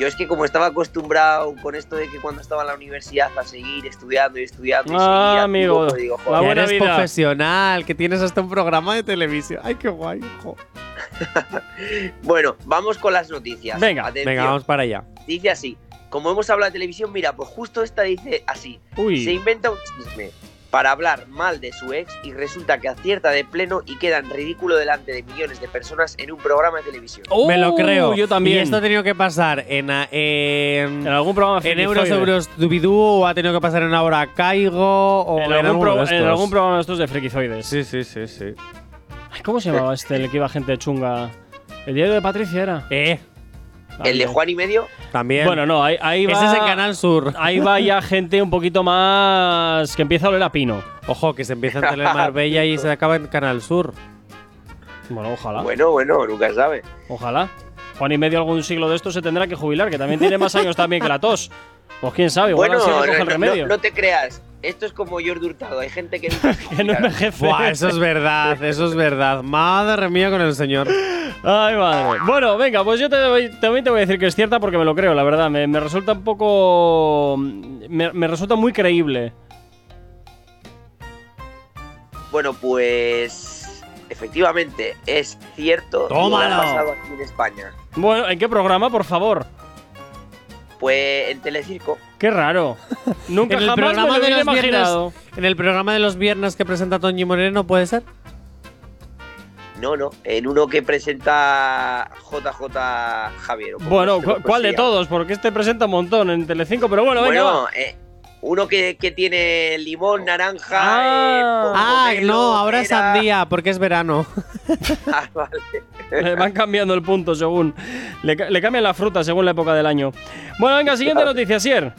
S7: Yo es que como estaba acostumbrado con esto de que cuando estaba en la universidad a seguir estudiando y estudiando y
S3: Ah,
S7: seguir,
S3: amigo.
S7: pues digo,
S3: La
S7: joder,
S4: Que
S3: buena
S4: eres
S3: vida.
S4: profesional, que tienes hasta un programa de televisión. Ay, qué guay, hijo.
S7: Bueno, vamos con las noticias.
S3: Venga,
S7: Atención.
S4: Venga, vamos para allá.
S7: Dice así. Como hemos hablado de televisión, mira, pues justo esta dice así. Se
S3: Uy.
S7: inventa un chisme para hablar mal de su ex y resulta que acierta de pleno y queda en ridículo delante de millones de personas en un programa de televisión.
S4: Me lo
S3: Uh,
S4: creo.
S3: Yo también.
S4: Y esto ha tenido que pasar en, a- en,
S3: en algún programa
S4: en
S3: frikizoide.
S4: Euros, Euros, Dubidú, o ha tenido que pasar en Ahora Caigo, o
S3: En algún,
S4: alguno
S3: pro-
S4: de
S3: en
S4: estos.
S3: algún programa de estos de frikizoides.
S4: Sí, sí, sí, sí.
S3: Ay, ¿Cómo se llamaba este? El que iba gente chunga. El diario de Patricia era.
S4: Eh,
S7: El de Juan y medio,
S4: también.
S3: Bueno, no, Ah. ahí, ahí va.
S4: Ese es en Canal Sur.
S3: Ahí va ya gente un poquito más. que empieza a oler a pino.
S4: Ojo, que se empieza en Tele Marbella y se acaba en Canal Sur.
S3: Bueno, ojalá.
S7: bueno, bueno, nunca sabe.
S3: Ojalá. Juan y medio algún siglo de esto se tendrá que jubilar, que también tiene más años también que la tos. Pues quién sabe, igual
S7: Bueno,
S3: así le
S7: no,
S3: coge el
S7: no-
S3: remedio.
S7: no te creas. Esto es como Jordi Hurtado. Hay gente que... dice,
S3: que no
S7: "Mira,
S3: envejece.
S4: Buah, eso es verdad, eso es verdad. Madre mía con el señor.
S3: Ay, madre. Bueno, venga, pues yo te doy- también te voy a decir que es cierta porque me lo creo, la verdad. Me, me resulta un poco. Me, me resulta muy creíble.
S7: Bueno, pues efectivamente es cierto
S4: ¡Tómalo!
S7: lo que ha pasado aquí en España.
S3: Bueno, ¿en qué programa, por favor?
S7: Pues en Telecirco.
S3: Qué raro. Nunca
S4: En el
S3: jamás me lo
S4: programa de
S3: hubiera
S4: los viernes-
S3: imaginado.
S4: En el programa de los viernes que presenta Toñi Moreno, ¿puede ser?
S7: No, no, en uno que presenta JJ Javier. o como
S3: Bueno,
S7: se- como
S3: cu- ¿cuál
S7: se
S3: de
S7: llama.
S3: todos? Porque este presenta un montón en Telecinco, pero bueno, venga.
S7: Bueno,
S3: va.
S7: eh, uno que, que tiene limón, naranja.
S3: Ah.
S7: eh,
S4: Ah,
S7: pomelo,
S4: no, ahora es
S7: pera.
S4: sandía, porque es verano.
S7: Ah, vale.
S3: Le van cambiando el punto según. Le, ca- le cambian la fruta según la época del año. Bueno, venga, siguiente noticia, Sier.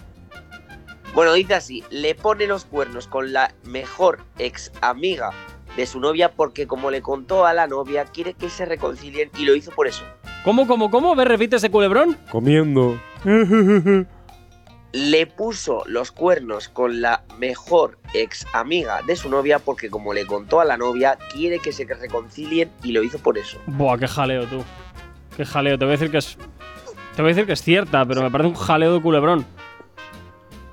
S7: Bueno, dice así: le pone los cuernos con la mejor ex amiga de su novia porque, como le contó a la novia, quiere que se reconcilien y lo hizo por eso.
S3: ¿Cómo, cómo, cómo? A ver, repite ese culebrón.
S4: Comiendo.
S7: le puso los cuernos con la mejor ex amiga de su novia porque como le contó a la novia quiere que se reconcilien y lo hizo por eso.
S3: Buah, qué jaleo tú. Qué jaleo. Te voy a decir que es. Te voy a decir que es cierta, pero me parece un jaleo de culebrón.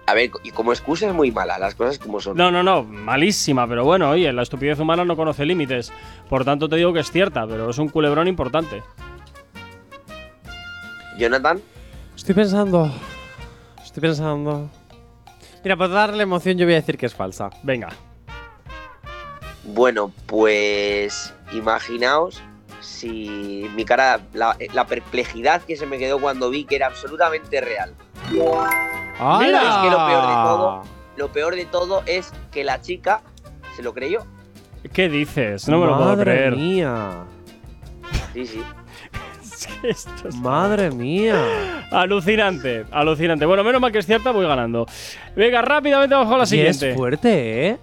S7: A ver, y como excusa es muy mala, las cosas como son.
S3: No, no, no, malísima, pero bueno, oye, la estupidez humana no conoce límites. Por tanto, te digo que es cierta, pero es un culebrón importante.
S7: Jonathan,
S4: Estoy pensando. Estoy pensando. Mira, por darle emoción, yo voy a decir que es falsa.
S3: Venga.
S7: bueno, pues imaginaos si mi cara, la, la perplejidad que se me quedó cuando vi que era absolutamente real.
S4: ¡Hala!
S7: Es que lo peor de todo- Lo peor de todo es que la chica se lo creyó.
S3: ¿Qué dices? No me lo puedo
S4: Madre
S3: creer.
S4: Mía.
S7: Sí, sí.
S3: Es que esto es
S4: Madre mía.
S3: alucinante, alucinante. Bueno, menos mal que es cierta, voy ganando. Venga, rápidamente vamos con la
S4: Y es
S3: siguiente.
S4: fuerte, ¿eh?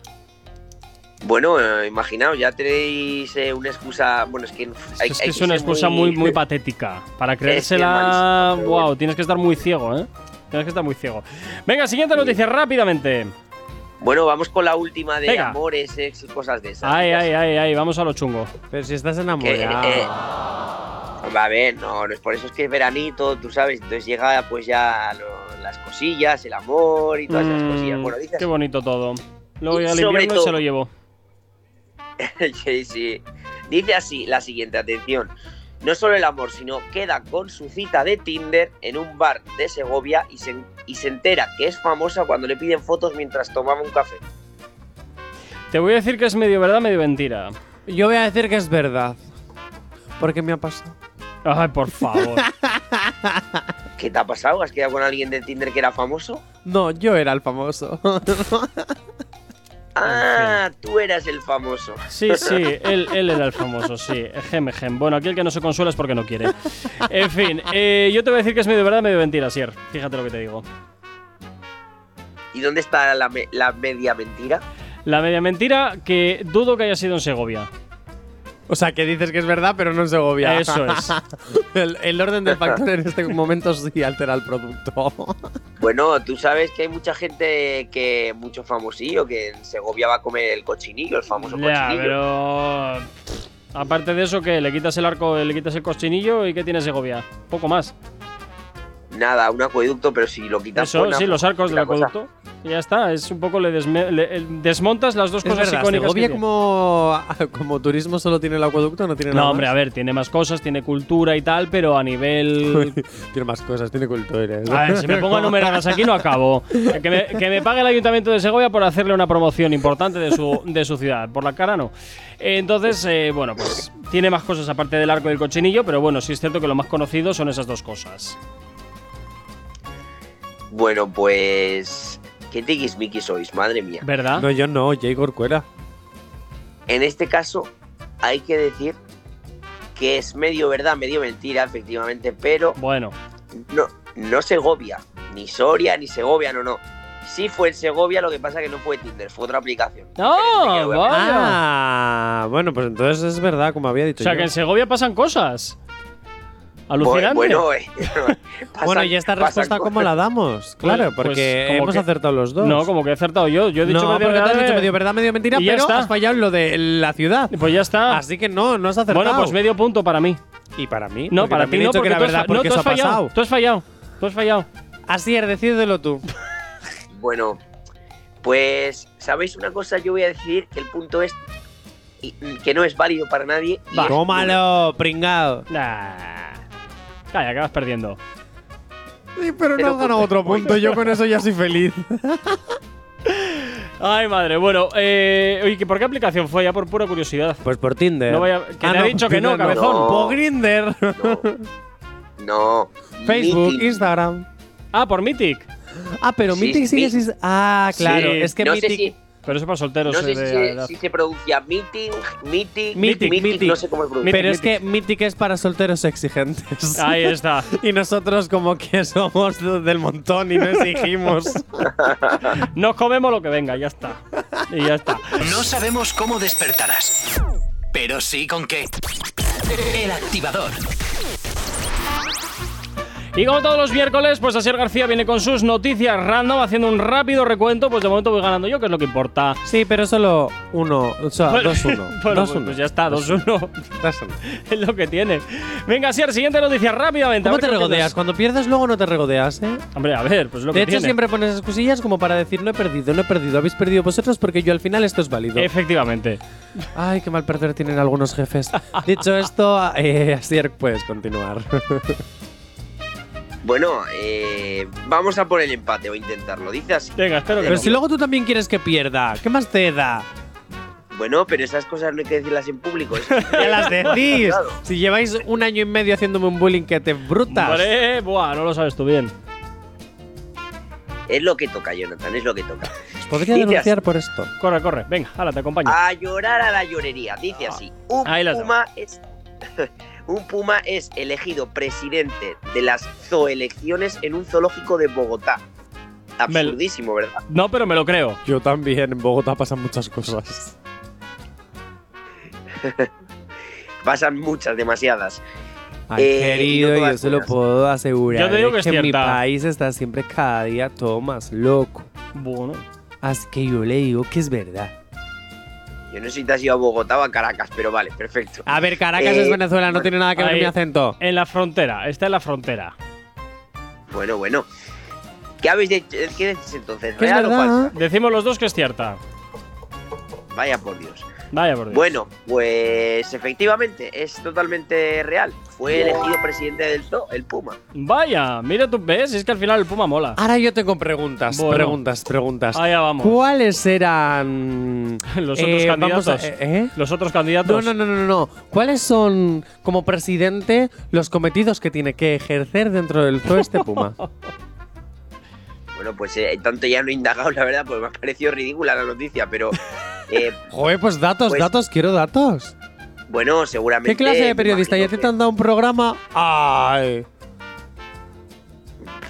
S7: Bueno, eh, imaginaos, ya tenéis eh, una excusa. Bueno, es que hay-
S3: es
S7: hay
S3: que es
S7: que
S3: una
S7: ser
S3: excusa muy, muy patética. Para creérsela.
S7: malísimo, pero
S3: wow,
S7: bueno.
S3: tienes que estar muy ciego, ¿eh? Tienes que estar muy ciego. Venga, siguiente noticia, rápidamente.
S7: Bueno, vamos con la última de
S3: Venga.
S7: amores, sexo y cosas de esas.
S3: Ay, ay, ay, ay, vamos a lo chungo.
S4: Pero si estás
S7: Que, eh,
S4: enamorado.
S7: a ver, no, no es por eso es que es veranito, tú sabes. Entonces llega pues ya lo- las cosillas, el amor y todas esas
S3: Mm,
S7: cosillas. Bueno, dices.
S3: Qué bonito todo. Luego
S7: Y
S3: llega el
S7: sobre
S3: invierno y
S7: todo-
S3: se lo llevo.
S7: sí, sí. Dice así la siguiente, atención. No solo el amor, sino queda con su cita de Tinder en un bar de Segovia y se, y se entera que es famosa cuando le piden fotos mientras tomaba un café.
S3: Te voy a decir que es medio verdad, medio mentira.
S4: Yo voy a decir que es verdad. Porque me ha pasado.
S3: Ay, por favor.
S7: ¿Qué te ha pasado? ¿Has quedado con alguien de Tinder que era famoso?
S4: No, yo era el famoso.
S7: Ah, tú eras el famoso.
S3: Sí, sí, él, él era el famoso, sí. Gem, gem. Bueno, aquí el que no se consuela es porque no quiere. En fin, eh, yo te voy a decir que es medio verdad, medio mentira, Sier. Fíjate lo que te digo.
S7: ¿Y dónde está la, me- la media mentira?
S3: La media mentira que dudo que haya sido en Segovia.
S4: o sea, que dices que es verdad, pero no en Segovia.
S3: Eso es.
S4: el, el orden del factor en este momento sí altera el producto.
S7: Bueno, tú sabes que hay mucha gente que, mucho famosillo, que en Segovia va a comer el cochinillo, el famoso
S3: Ya,
S7: cochinillo.
S3: pero. pff, Aparte de eso, ¿qué? ¿Le quitas el arco, le quitas el cochinillo y qué tiene Segovia? Poco más.
S7: Nada, un acueducto, pero si lo quitas
S3: Eso,
S7: pone a-
S3: sí, los arcos del
S7: la cosa.
S3: acueducto. Y ya está, es un poco le, desme- le- el- desmontas las dos
S4: Es
S3: cosas
S4: verdad,
S3: icónicas. que
S4: Segovia
S3: tiene.
S4: como, como turismo solo tiene el acueducto, no tiene nada
S3: No, hombre,
S4: más?
S3: a ver, tiene más cosas, tiene cultura y tal, pero a nivel.
S4: Tiene más cosas, tiene cultura. ¿eh?
S3: A ver, si me pongo a enumerarlas aquí no acabo. Que me, que me pague el ayuntamiento de Segovia por hacerle una promoción importante de su, de su ciudad. Por la cara no. Entonces, eh, bueno, pues tiene más cosas aparte del arco y el cochinillo, pero bueno, sí es cierto que lo más conocido son esas dos cosas.
S7: Bueno, pues. ¿Qué tiquismiqui sois? Madre mía.
S3: ¿Verdad?
S4: No, yo no, Jay Corcuera.
S7: En este caso, hay que decir que es medio verdad, medio mentira, efectivamente, pero
S3: Bueno,
S7: no, no Segovia, ni Soria, ni Segovia, no, no. Sí fue en Segovia, lo que pasa que no fue Tinder, fue otra aplicación.
S3: ¡Ah,
S7: Pero me quedo-
S3: vale.
S4: Ah, bueno, pues entonces es verdad, como había
S3: o
S4: dicho.
S3: sea
S4: yo.
S3: que en Segovia pasan cosas. Alucinante.
S7: Bueno, eh, pasan-
S4: bueno, ¿y esta respuesta
S7: pasan
S4: cómo
S7: cosas.
S4: la damos? Claro,
S3: Pues,
S4: porque
S3: como
S4: hemos
S3: que-
S4: acertado los dos.
S3: no, como que he acertado yo. Yo he dicho
S4: no,
S3: medio
S4: porque te has
S3: verdad,
S4: dicho
S3: eh.
S4: medio verdad, medio mentira,
S3: Y ya
S4: pero
S3: está.
S4: has fallado en lo de la ciudad.
S3: Pues ya está.
S4: Así que no, no has acertado.
S3: Bueno, pues medio punto para mí.
S4: Y para mí.
S3: No,
S4: porque
S3: para ti
S4: también
S3: no,
S4: he dicho
S3: porque,
S4: que era
S3: tú has
S4: verdad,
S3: fa- no,
S4: porque
S3: tú
S4: eso
S3: has
S4: ha pasado.
S3: fallado. Tú has fallado. Tú has fallado.
S4: Así es, decídelo tú.
S7: Bueno, pues, ¿sabéis una cosa? Yo voy a decidir que el punto es y- que no es válido para nadie. y es-
S4: Tómalo, pringado.
S3: Nah. Calla, que vas perdiendo.
S4: Sí, pero
S7: Pero
S4: no has ganado
S3: pues,
S4: otro punto. Yo con eso ya soy feliz.
S3: Ay, madre. Bueno, eh, oye, ¿que ¿por qué aplicación fue? Ya por pura curiosidad.
S4: Pues por Tinder. Ah,
S3: No vaya- que te ha dicho que no,
S4: Tinder
S7: cabezón. No.
S4: Por Grinder.
S7: No.
S4: Facebook,
S7: Meeting.
S4: Instagram.
S3: Ah, por Mythic.
S4: Ah, pero
S7: Sí,
S4: Mythic sigue
S7: sí.
S4: sin- Ah, claro.
S3: Sí.
S4: Es que
S7: no sé
S4: Mythic.
S7: si,
S3: Pero eso para
S7: no
S3: solteros.
S7: sé
S3: eh,
S7: si
S3: de la edad.
S7: se, si se pronuncia meeting, meeting,
S4: Meeting,
S7: meeting,
S4: meeting.
S7: no sé cómo se pronuncia.
S4: Pero
S3: Mythic,
S4: es que Mythic es para solteros exigentes.
S3: Ahí está.
S4: Y nosotros como que somos del montón y no exigimos.
S3: Nos comemos lo que venga, ya está. Y ya está.
S2: No sabemos cómo despertarás, pero sí con qué. El activador.
S3: Y como todos los miércoles, pues Asier García viene con sus noticias random, haciendo un rápido recuento. Pues de momento voy ganando yo, que es lo que importa.
S4: sí, pero solo uno. O sea,
S3: Bueno,
S4: Ah, dos uno.
S3: bueno,
S4: dos
S3: pues,
S4: uno.
S3: pues ya está, 2-1.
S4: Dos uno.
S3: es lo que tiene. Venga, Asier, siguiente noticia rápidamente.
S4: ¿Cómo
S3: A ver
S4: te
S3: qué opinas.
S4: regodeas? Cuando pierdes luego no te regodeas, ¿eh?
S3: Hombre, a ver, pues lo
S4: De
S3: que
S4: hecho,
S3: tiene.
S4: siempre pones excusillas como para decir no he perdido, no he perdido, habéis perdido vosotros porque yo al final esto es válido.
S3: Efectivamente.
S4: Ay, qué mal perder tienen algunos jefes. Dicho esto, eh, Asier, puedes continuar.
S7: Bueno, eh, vamos a por el empate o intentarlo. Dice así.
S3: Venga, espero que
S4: Pero
S3: no.
S4: si luego tú también quieres que pierda, ¿qué más te da?
S7: Bueno, pero esas cosas no hay que decirlas en público. eso.
S4: Ya las decís. Si lleváis un año y medio haciéndome un bullying que te brutas.
S3: Hombre, buah, no lo sabes tú bien.
S7: es lo que toca, Jonathan, es lo que toca.
S4: Os podría
S7: Dices-
S4: denunciar por esto.
S3: Corre, corre. Venga, ahora te acompaño.
S7: A llorar a la llorería. Dice así. Un
S3: Ahí las
S7: puma es. Un puma es elegido presidente de las zoelecciones en un zoológico de Bogotá.
S3: Me lo-
S7: Absurdísimo, ¿verdad?
S3: No, pero me lo creo.
S4: Yo también, en Bogotá pasan muchas cosas.
S7: Pasan muchas, demasiadas.
S4: Ay,
S7: Eh,
S4: querido,
S7: y no
S4: yo
S7: todas
S4: se lo
S7: buenas.
S4: puedo asegurar.
S3: Yo te digo
S4: eh,
S3: que es
S4: mi
S3: cierta.
S4: país está siempre cada día todo más loco.
S3: Bueno.
S4: Así que yo le digo que es verdad.
S7: Yo no sé si te has ido a Bogotá o a Caracas, pero vale, perfecto.
S4: A ver, Caracas
S7: Eh,
S4: es Venezuela, no
S7: bueno,
S4: tiene nada que ver
S3: ahí-
S4: mi acento.
S3: En la frontera, está en la frontera.
S7: Bueno, bueno. ¿Qué habéis dicho? ¿Qué decís entonces?
S4: Que es
S7: ¿Real o
S4: verdad. ¿eh?
S7: falsa?
S3: Decimos los dos que es cierta.
S7: Vaya por Dios.
S3: Vaya por Dios.
S7: Bueno, pues efectivamente, es totalmente real. Fue elegido presidente del zoo, el Puma.
S3: Vaya, mira tú, ves, es que al final el Puma mola.
S4: Ahora yo tengo preguntas,
S3: Bueno.
S4: preguntas, preguntas.
S3: Allá vamos.
S4: ¿Cuáles eran
S3: Los otros
S4: Ah, eh, vamos
S3: candidatos.
S4: a- ¿eh?
S3: Los otros candidatos.
S4: No, no, no, no, no, no. ¿Cuáles son, como presidente, los cometidos que tiene que ejercer dentro del zoo este puma?
S7: Bueno, pues eh, tanto ya no he indagado, la verdad, porque me ha parecido ridícula la noticia, pero eh,
S4: Joder, pues datos,
S7: Pues-
S4: datos, quiero datos.
S7: bueno, seguramente.
S4: ¿Qué clase de
S7: me
S4: periodista? ¿Ya
S7: imagino
S4: te
S7: que-
S4: han dado un programa? ¡Ay!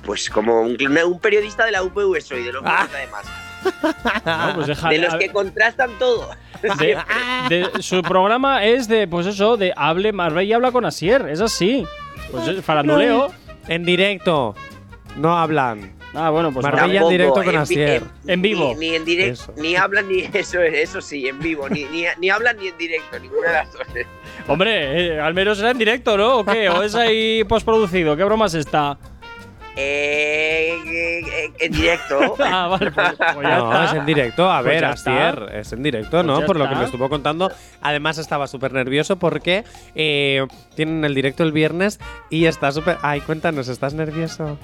S7: Pues como un, un periodista de la UPV soy, de los
S4: Ah,
S7: que además.
S3: No, pues deja-
S7: De los
S3: a-
S7: que contrastan todo.
S4: Ah,
S3: de- de- su programa es de, pues eso, de hable Marbella y habla con Asier, es así.
S4: Ah.
S3: Pues es faranduleo.
S4: En directo. No hablan.
S3: Ah, bueno, pues
S4: Marbella-
S3: nada.
S4: en directo con
S7: vi-
S4: Asier.
S3: En vivo.
S7: Ni, ni en directo,
S4: Eso.
S7: ni hablan ni eso, eso sí, en vivo. Ni, ni, ni hablan ni en directo, ninguna de las dos.
S3: Hombre, eh, al menos era en directo, ¿no? ¿O qué? ¿O es ahí postproducido? ¿Qué broma es esta?
S7: Eh, eh, eh, en directo.
S3: Ah, vale, pues, pues ya
S4: no,
S3: está.
S4: es en directo. A
S3: Pues
S4: ver,
S3: ya
S4: Astier, es en directo, ¿no?
S3: Pues ya
S4: Por lo que
S3: está.
S4: me estuvo contando. Además, estaba súper nervioso porque eh, tienen el directo el viernes y está súper. Ay, cuéntanos, ¿estás nervioso?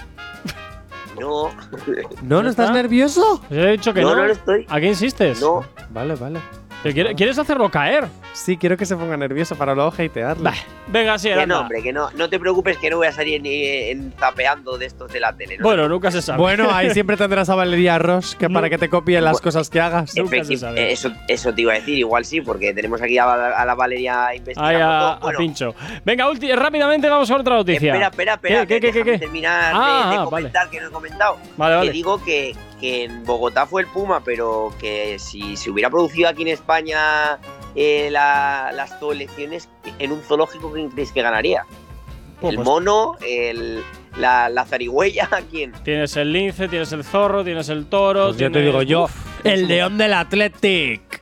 S7: No,
S4: ¿No, no
S3: ¿Ya está?
S4: estás nervioso?
S3: Pues he dicho que no. Ah,
S7: no, no lo estoy.
S3: ¿A qué insistes?
S7: No,
S4: Vale, vale.
S3: ¿Te quiere- ¿Quieres hacerlo caer?
S4: Sí, quiero que se ponga nervioso para luego hatearle.
S3: Bah, Venga, Asier,
S7: que no,
S3: anda.
S7: hombre, que no. No te preocupes que no voy a salir ni en tapeando de estos de la tele. ¿no?
S3: Bueno, nunca se sabe.
S4: Bueno, ahí siempre tendrás a Valeria Ross que para que te copie las cosas que hagas.
S3: nunca se
S7: Efecti-
S3: sabe.
S7: eh, eso, eso te iba a decir, igual sí, porque tenemos aquí a, la- a la Valeria investigando.
S3: Ahí a, a
S7: todo. Bueno,
S3: pincho. Venga, ulti- rápidamente vamos a otra noticia.
S7: Espera, espera, espera.
S3: ¿Qué, qué,
S7: que
S3: qué,
S7: déjame
S3: qué?
S7: terminar de-
S3: Ah,
S7: de,
S3: ah,
S7: comentar que no he comentado.
S3: Vale,
S7: Que
S3: vale.
S7: digo que, que en Bogotá fue el Puma, pero que si se hubiera producido aquí en España eh, la- las elecciones en un zoológico, ¿quién creéis que ganaría?
S3: Pues-
S7: el mono, el, la, la zarigüeya, ¿quién?
S3: Tienes el lince, tienes el zorro, tienes el toro.
S4: Pues ya te
S3: tienes-
S4: digo yo,
S3: Uf,
S4: el
S3: es-
S4: león del Athletic.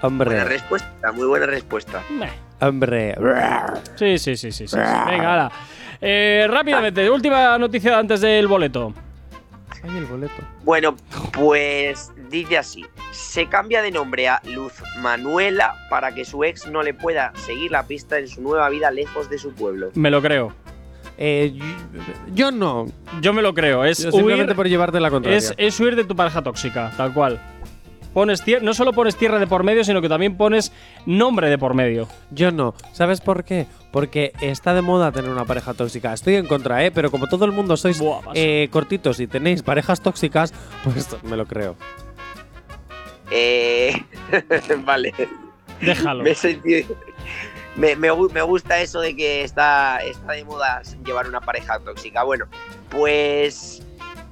S7: Buena
S4: Hombre,
S7: respuesta, muy buena respuesta.
S3: Meh.
S4: hombre.
S3: Sí, sí, sí, sí. sí, sí.
S4: Ah.
S3: Venga, ahora. Eh, rápidamente, última noticia antes del boleto.
S4: Ay, el boleto.
S7: Bueno, pues dice así: se cambia de nombre a Luz Manuela para que su ex no le pueda seguir la pista en su nueva vida lejos de su pueblo.
S3: Me lo creo.
S4: Eh, yo- yo no.
S3: Yo me lo creo. Es
S4: Yo
S3: huir,
S4: simplemente por llevarte la contraria.
S3: es, es huir de tu pareja tóxica, tal cual. Pones tier- no solo pones tierra de por medio, sino que también pones nombre de por medio.
S4: Yo no. ¿Sabes por qué? Porque está de moda tener una pareja tóxica. Estoy en contra, ¿eh? Pero como todo el mundo sois
S3: Buah, vas.
S4: eh, cortitos y tenéis parejas tóxicas, pues me lo creo.
S7: Eh, vale,
S3: Déjalo.
S7: me he sentido- Me, me gu- me gusta eso de que está, está de moda llevar una pareja tóxica. Bueno, pues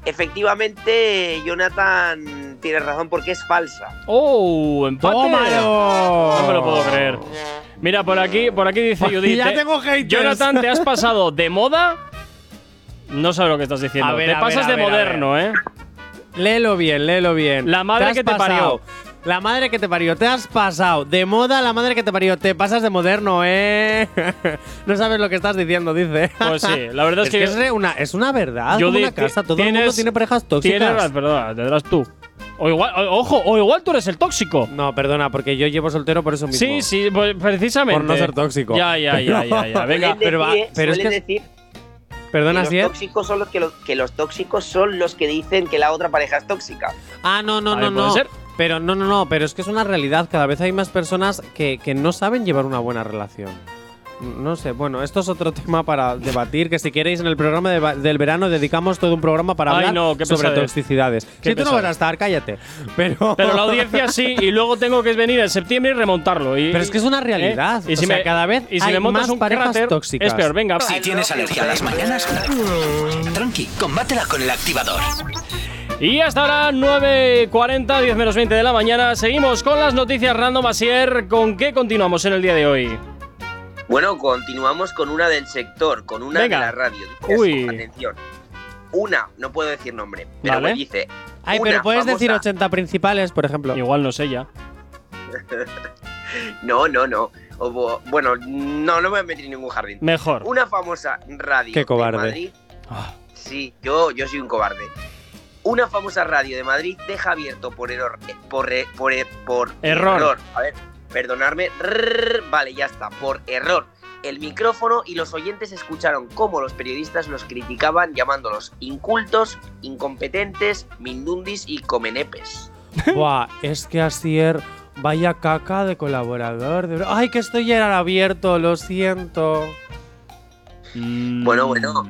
S7: efectivamente Jonathan tiene razón porque es falsa.
S3: ¡Oh! ¡Empate!
S4: ¡Tómalo!
S3: No me lo puedo creer. Mira, por aquí, por aquí dice Judith.
S4: ya
S3: te-
S4: tengo haters.
S3: Jonathan, te has pasado de moda. No sabes lo que estás diciendo.
S4: A ver,
S3: te
S4: a ver,
S3: pasas
S4: a
S3: de
S4: ver, a
S3: moderno, ¿eh?
S4: Léelo bien, léelo bien.
S3: La madre
S4: has
S3: que te parió.
S4: pasado. La madre que te parió, te has pasado. De moda la madre que te parió, te pasas de moderno, ¿eh? no sabes lo que estás diciendo, dice.
S3: Pues sí, la verdad es,
S4: es que es
S3: yo-
S4: re- una, es una verdad,
S3: yo
S4: como
S3: di-
S4: una casa. Todo el mundo
S3: tienes-
S4: tiene parejas tóxicas.
S3: Tienes razón, perdona, tendrás tú. O igual, o- ojo, o igual tú eres el tóxico.
S4: No, perdona, porque yo llevo soltero por eso mismo.
S3: Sí, sí, pues precisamente.
S4: Por no ser tóxico.
S3: Ya, ya, ya, ya, ya. Venga,
S7: Suelen
S4: pero va-
S7: decir, eh,
S4: pero es
S7: suelen
S4: que- ¿eh?
S7: decir que
S4: Perdona,
S7: los
S4: si es.
S7: tóxicos son los que, lo- que los tóxicos son los que dicen que la otra pareja es tóxica.
S4: Ah, no, no,
S3: A ver,
S4: no,
S3: ¿puede
S4: no.
S3: ser?
S4: Pero no, no, no, pero es que es una realidad. Cada vez hay más personas que, que no saben llevar una buena relación. No sé, bueno, esto es otro tema para debatir, que si queréis en el programa de va- del verano dedicamos todo un programa para
S3: Ay,
S4: hablar
S3: no, qué
S4: sobre
S3: pesadez.
S4: toxicidades.
S3: Qué
S4: si tú no vas a
S3: pesadez.
S4: estar, cállate. Pero,
S3: pero la audiencia sí, y luego tengo que venir en septiembre y remontarlo. y-
S4: Pero es que es una
S3: ¿eh?
S4: realidad.
S3: Y si
S4: o sea,
S3: me-
S4: cada vez
S3: y si
S4: hay
S3: me montas
S4: más
S3: un
S4: parejas
S3: cráter,
S4: tóxicas.
S3: Es peor, venga.
S2: Si tienes alergia a las mañanas, tranqui, combátela con el activador.
S3: Y hasta ahora, 9.40, 10 menos 20 de la mañana. Seguimos con las noticias random. Asier, ¿con qué continuamos en el día de hoy?
S7: Bueno, continuamos con una del sector, con una
S3: Venga.
S7: de la radio. Dice así,
S3: Uy.
S7: Atención. Una, no puedo decir nombre, pero
S3: Vale.
S7: me dice.
S4: Ay,
S7: una
S4: pero puedes
S7: famosa-
S4: decir 80 principales, por ejemplo.
S3: Igual no sé ya.
S7: No, no, no. O bo- bueno, no, no me voy a meter en ningún jardín.
S3: Mejor.
S7: Una famosa radio
S4: Qué cobarde.
S7: de Madrid.
S3: Ah.
S7: Sí, yo, yo soy un cobarde. Una famosa radio de Madrid deja abierto por error. Por, e- por, e- por
S3: Error.
S7: A ver, perdonadme. Rrrr, vale, ya está. Por error. El micrófono y los oyentes escucharon cómo los periodistas los criticaban llamándolos incultos, incompetentes, mindundis y comenepes.
S4: Buah, es que Asier, vaya caca de colaborador. de ver- Ay, que estoy ya era abierto, lo siento.
S7: Bueno, bueno.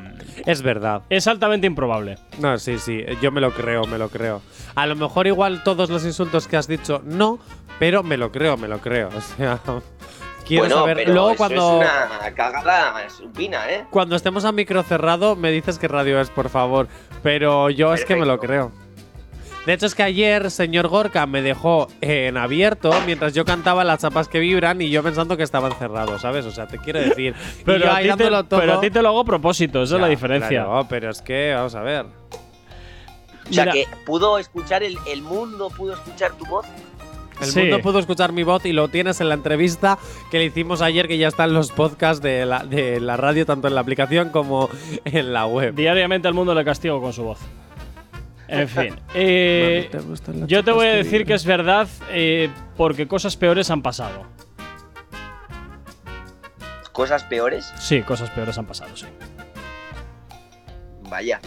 S4: Es verdad.
S3: Es altamente improbable.
S4: No, sí, sí, yo me lo creo, me lo creo. A lo mejor igual todos los insultos que has dicho no, pero me lo creo, me lo creo. O sea, quiero
S7: bueno,
S4: saber.
S7: pero
S4: Luego
S7: eso
S4: cuando,
S7: es una cagada supina, ¿eh?
S4: cuando estemos a micro cerrado, me dices qué radio es, por favor. Pero yo es que me lo creo. De hecho, es que ayer, señor Gorka me dejó eh, en abierto mientras yo cantaba las chapas que vibran y yo pensando que estaban cerrados, ¿sabes? O sea, te quiero decir. Y yo
S3: Pero, a
S4: ahí
S3: ti te,
S4: dándolo todo-
S3: pero a ti te lo hago a propósito, esa es la
S4: Ya,
S3: diferencia.
S4: claro, pero es que, vamos a ver.
S7: O sea,
S3: Mira.
S7: que pudo escuchar el, el mundo, pudo escuchar tu voz.
S4: El
S3: Sí.
S4: mundo pudo escuchar mi voz y lo tienes en la entrevista que le hicimos ayer, que ya están los podcasts de la, de la radio, tanto en la aplicación como en la web.
S3: Diariamente al mundo le castigo con su voz. En fin. eh, yo te voy a decir que es verdad eh, porque cosas peores han pasado.
S7: Cosas peores.
S3: Sí, cosas peores han pasado, sí.
S7: Vaya.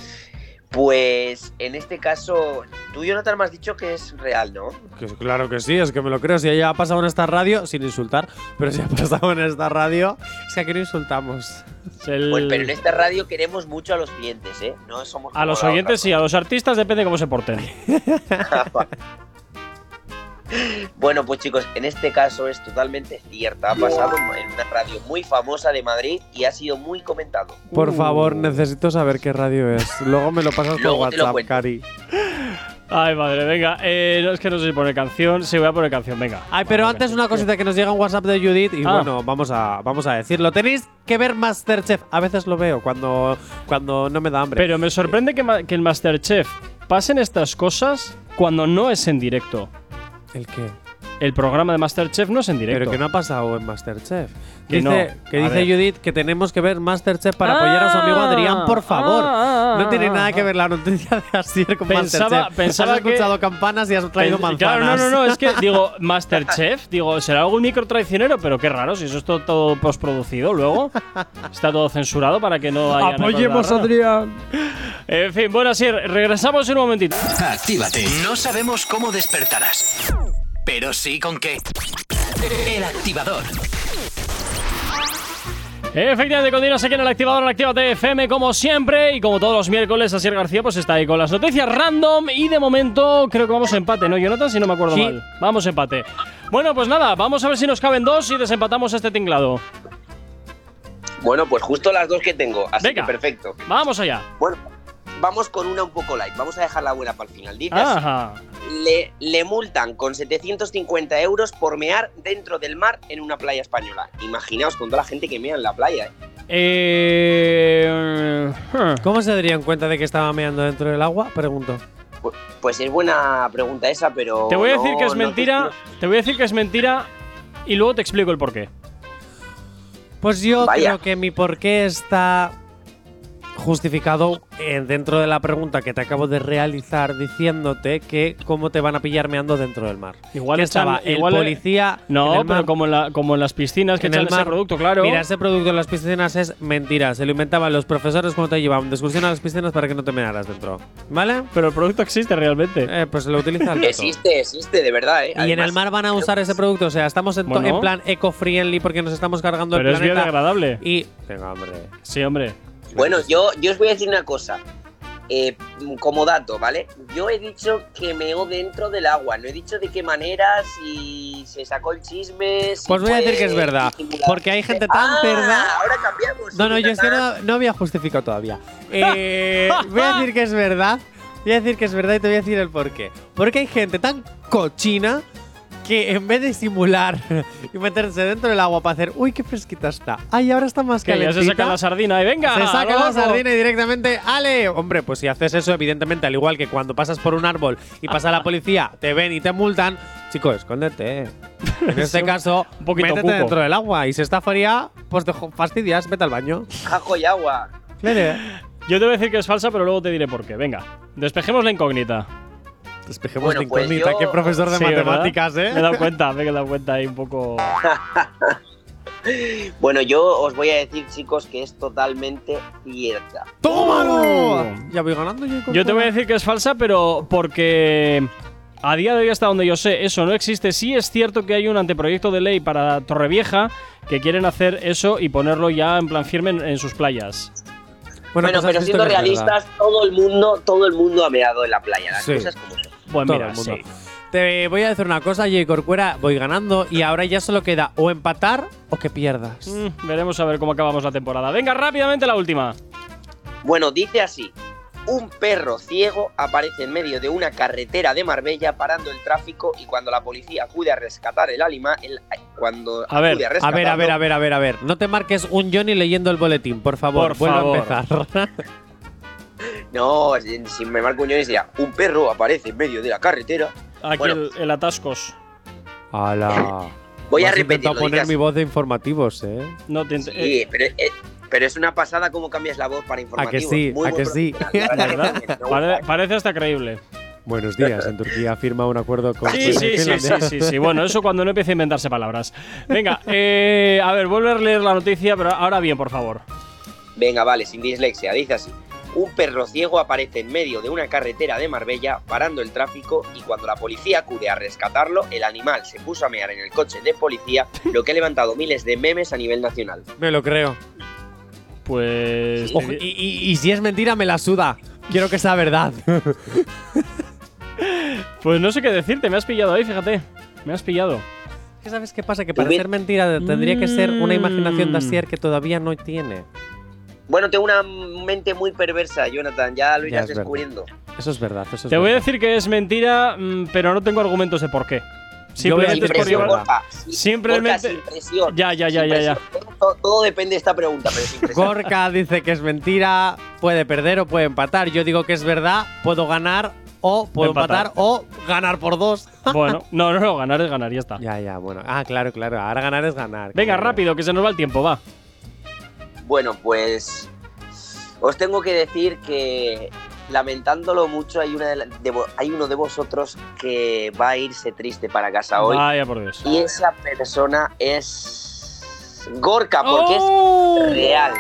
S7: Pues en este caso, tú, Jonathan, me has dicho que es real, ¿no?
S4: Que claro que sí, es que me lo creo. Si ya ha pasado en esta radio, sin insultar, pero si ha pasado en esta radio, es que aquí no insultamos.
S3: Es el-
S7: Pues, pero en esta radio queremos mucho a los clientes, ¿eh? No somos
S3: a los oyentes sí, ¿eh? a los artistas depende cómo se porten.
S7: sí. Bueno, pues chicos, en este caso es totalmente cierta. Ha pasado en una radio muy famosa de Madrid y ha sido muy comentado.
S4: Por favor, necesito saber qué radio es. Luego me lo pasas por
S7: Luego te lo
S4: WhatsApp,
S7: cuento.
S4: Cari.
S3: Ay, madre, venga. eh, no, es que no sé si poner canción. Sí, voy a poner canción, venga.
S4: Ay, pero
S3: Vale,
S4: antes
S3: venga.
S4: una cosita que nos llega un WhatsApp de Judith y
S3: Ah.
S4: bueno, vamos a, vamos a decirlo. Tenéis que ver Masterchef. A veces lo veo cuando, cuando no me da hambre.
S3: Pero me sorprende que, ma- que el Masterchef pasen estas cosas cuando no es en directo.
S4: ¿El qué?
S3: El programa de Masterchef no es en directo.
S4: Pero que no ha pasado en Masterchef.
S3: Que
S4: Que dice,
S3: no.
S4: que
S3: A
S4: dice
S3: ver.
S4: Judith que tenemos que ver Masterchef para apoyar a su amigo
S3: Ah,
S4: Adrián, por favor.
S3: ah, ah,
S4: no tiene
S3: ah,
S4: nada
S3: ah.
S4: que ver la noticia de Asier con
S3: Pensaba-
S4: Masterchef.
S3: pensaba
S4: has
S3: que-
S4: escuchado campanas y has traído
S3: Pen-
S4: manzanas.
S3: Claro, no, no, no, es que digo, Masterchef, digo, será algún micro traicionero, pero qué raro, si eso es todo, todo postproducido luego. Está todo censurado para que no haya. Apoyemos a Adrián. En fin, bueno, sí, regresamos en un momentito.
S2: Actívate. No sabemos cómo despertarás, pero sí con qué. El activador.
S3: Efectivamente, continuas aquí en el activador en Actívate FM, como siempre, y como todos los miércoles, Asier García pues está ahí con las noticias random, y de momento creo que vamos a empate, ¿no, Jonathan? Si no me acuerdo
S4: Sí.
S3: mal. Vamos a empate. Bueno, pues nada, vamos a ver si nos caben dos y desempatamos este tinglado.
S7: Bueno, pues justo las dos que tengo, así
S3: Venga.
S7: que perfecto.
S3: Vamos allá.
S7: Bueno, vamos con una un poco light. Vamos a dejar la buena para el final. Dice así.
S3: Ajá.
S7: le, le multan con 750 euros por mear dentro del mar en una playa española. Imaginaos con toda la gente que mea en la playa. ¿eh?
S3: Eh, huh.
S4: ¿Cómo se darían cuenta de que estaba meando dentro del agua? Pregunto.
S7: Pu- Pues, es buena pregunta esa, pero.
S3: te voy a decir
S7: no-
S3: que es
S7: no te-
S3: mentira. Te voy a decir que es mentira y luego te explico el porqué.
S4: Pues yo
S7: Vaya.
S4: creo que mi porqué está justificado eh, dentro de la pregunta que te acabo de realizar diciéndote que cómo te van a pillar meando dentro del mar.
S3: Igual
S4: Que
S3: están-
S4: estaba el
S3: igual- eh,
S4: policía en
S3: No,
S4: el mar,
S3: pero como en, la, como en las piscinas que
S4: en
S3: echan
S4: el
S3: ese
S4: mar.
S3: producto, claro.
S4: Mira, ese producto en las piscinas es mentira. Se lo inventaban los profesores cuando te llevaban de excursión a las piscinas para que no te mearas dentro. ¿Vale?
S3: pero el producto existe realmente.
S4: Eh, pues lo utiliza el gato.
S7: Existe, existe, de verdad, ¿eh?
S4: Y en el mar van a usar ese producto. O sea, estamos en, to-
S3: Bueno.
S4: en plan eco-friendly porque nos estamos cargando
S3: pero
S4: el
S3: es
S4: planeta.
S3: biodegradable.
S4: y. Venga, hombre.
S3: Sí, hombre.
S7: Bueno, yo, yo os voy a decir una cosa. eh, como dato, ¿vale? Yo he dicho que meo dentro del agua, no he dicho de qué manera, si se sacó el chisme. si
S4: Pues voy a
S7: fue
S4: decir que es verdad,
S7: disimular.
S4: porque hay gente tan
S7: ah,
S4: cerda-
S7: Ahora cambiamos.
S4: No, no, yo es que
S7: Jonathan.
S4: no, no había justificado todavía. Eh, voy a decir que es verdad. Voy a decir que es verdad y te voy a decir el por qué. Porque hay gente tan cochina que en vez de simular y meterse dentro del agua para hacer, uy, qué fresquita está. Ay, ahora está más
S3: Que ya
S4: calentita.
S3: se saca la sardina y venga.
S4: Se saca
S3: a lo
S4: la
S3: loco.
S4: sardina y directamente, ¡ale! Hombre, pues si haces eso, evidentemente, al igual que cuando pasas por un árbol y pasa la policía, te ven y te multan, chico, escóndete. En este caso,
S3: Un poquito
S4: métete
S3: cuco.
S4: dentro del agua y si está fría, pues te jo- fastidias, vete al baño.
S7: Ajo y agua.
S4: Claro.
S3: Yo te voy a decir que es falsa, pero luego te diré por qué. Venga, despejemos la incógnita.
S4: Despejemos
S7: Bueno,
S4: de
S7: pues
S4: incógnita,
S7: yo-
S4: qué profesor de
S3: Sí, ¿verdad?
S4: matemáticas,
S3: Me he
S4: ¿eh?
S3: dado cuenta, me he dado cuenta ahí un poco.
S7: Bueno, yo os voy a decir, chicos, que es totalmente cierta.
S4: ¡Tómalo! Uh. Ya voy ganando yo.
S3: Yo te voy a decir que es falsa, pero porque a día de hoy, hasta donde yo sé, eso no existe. Sí es cierto que hay un anteproyecto de ley para Torrevieja que quieren hacer eso y ponerlo ya en plan firme en, en sus playas.
S7: Bueno,
S4: pues has
S7: pero
S4: visto que
S7: siendo
S4: es verdad.
S7: realistas, todo el mundo, todo el mundo ha meado en la playa. Las
S4: Sí.
S7: cosas como son.
S3: Pues
S4: Todo
S3: mira,
S4: el mundo.
S3: sí.
S4: Te voy a decir una cosa, Jay Corcuera, voy ganando y ahora ya solo queda o empatar o que pierdas.
S3: Mm, veremos a ver cómo acabamos la temporada. Venga, rápidamente la última.
S7: Bueno, dice así. Un perro ciego aparece en medio de una carretera de Marbella parando el tráfico y cuando la policía acude a rescatar el animal, el- cuando
S3: A ver,
S7: acude a
S4: A ver, a ver, a
S7: rescatarlo,
S4: ver, a ver, a ver. No te marques un Johnny leyendo el boletín, por favor.
S3: Por
S4: vuelve
S3: favor.
S4: a empezar.
S7: no, si, si me marco un guion sería un perro aparece en medio de la carretera.
S3: Aquí
S7: Bueno.
S3: el, el atascos.
S4: ¡Hala!
S7: Voy
S4: Me
S7: a
S4: has
S7: repetirlo.
S4: intentado poner
S7: dice
S4: mi
S7: así.
S4: voz de informativos, ¿eh?
S3: No te ent- eh,
S7: Sí, pero, eh, pero es una pasada cómo cambias la voz para
S4: ¿A que
S7: informativos.
S4: sí?
S7: Muy
S4: ¿A
S7: buen
S4: que sí?
S7: profesional, la verdad que me gusta.
S3: pare- parece hasta creíble.
S4: Buenos días. En Turquía firma un acuerdo con
S3: Sí, sí, sí, sí,
S4: Finlandia.
S3: sí, sí. Bueno, eso cuando no empiece a inventarse palabras. Venga, eh, a ver, vuelve a leer la noticia, pero ahora bien, por favor.
S7: Venga, vale, sin dislexia, dice así. Un perro ciego aparece en medio de una carretera de Marbella parando el tráfico y cuando la policía acude a rescatarlo, el animal se puso a mear en el coche de policía, lo que ha levantado miles de memes a nivel nacional.
S4: Me lo creo.
S3: Pues.
S4: Ojo, y, y- y si es mentira, me la suda. Quiero que sea verdad.
S3: Pues no sé qué decirte, me has pillado ahí, fíjate. Me has pillado.
S4: ¿Qué ¿Sabes qué pasa? Que
S7: Tú
S4: para
S7: ve-
S4: ser mentira tendría que ser una imaginación de
S3: Mm.
S4: Asier que todavía no tiene.
S7: Bueno, tengo una mente muy perversa, Jonathan, ya lo
S4: Ya
S7: irás
S4: es verdad.
S7: descubriendo.
S4: Eso es verdad. Eso es
S3: Te voy a
S4: verdad.
S3: decir que es mentira, mm, pero no tengo argumentos de por qué. Simplemente
S4: voy a
S3: es
S4: decir que
S3: por
S4: es
S7: Impresión,
S4: verdad.
S3: igual.
S7: Borja, sí,
S3: Simplemente-
S7: Borja, sin presión,
S3: Ya, ya, ya,
S7: sin
S3: ya, ya.
S7: presión. Todo- Todo, todo depende de esta pregunta, pero sin presión.
S4: Gorka dice que es mentira, puede perder o puede empatar. Yo digo que es verdad, puedo ganar o puedo
S3: Empatar.
S4: empatar, o ganar por dos.
S3: Bueno, no, no, no, ganar es ganar, ya está.
S4: ya, ya, bueno. Ah, claro, claro. Ahora ganar es ganar.
S3: Venga,
S4: claro.
S3: rápido, que se nos va el tiempo, va.
S7: Bueno, pues os tengo que decir que lamentándolo mucho hay, una de la- de vo- hay uno de vosotros que va a irse triste para casa hoy
S3: Vaya por Dios.
S7: y esa persona es Gorka porque
S4: Oh.
S3: ¡Oh!
S7: es real.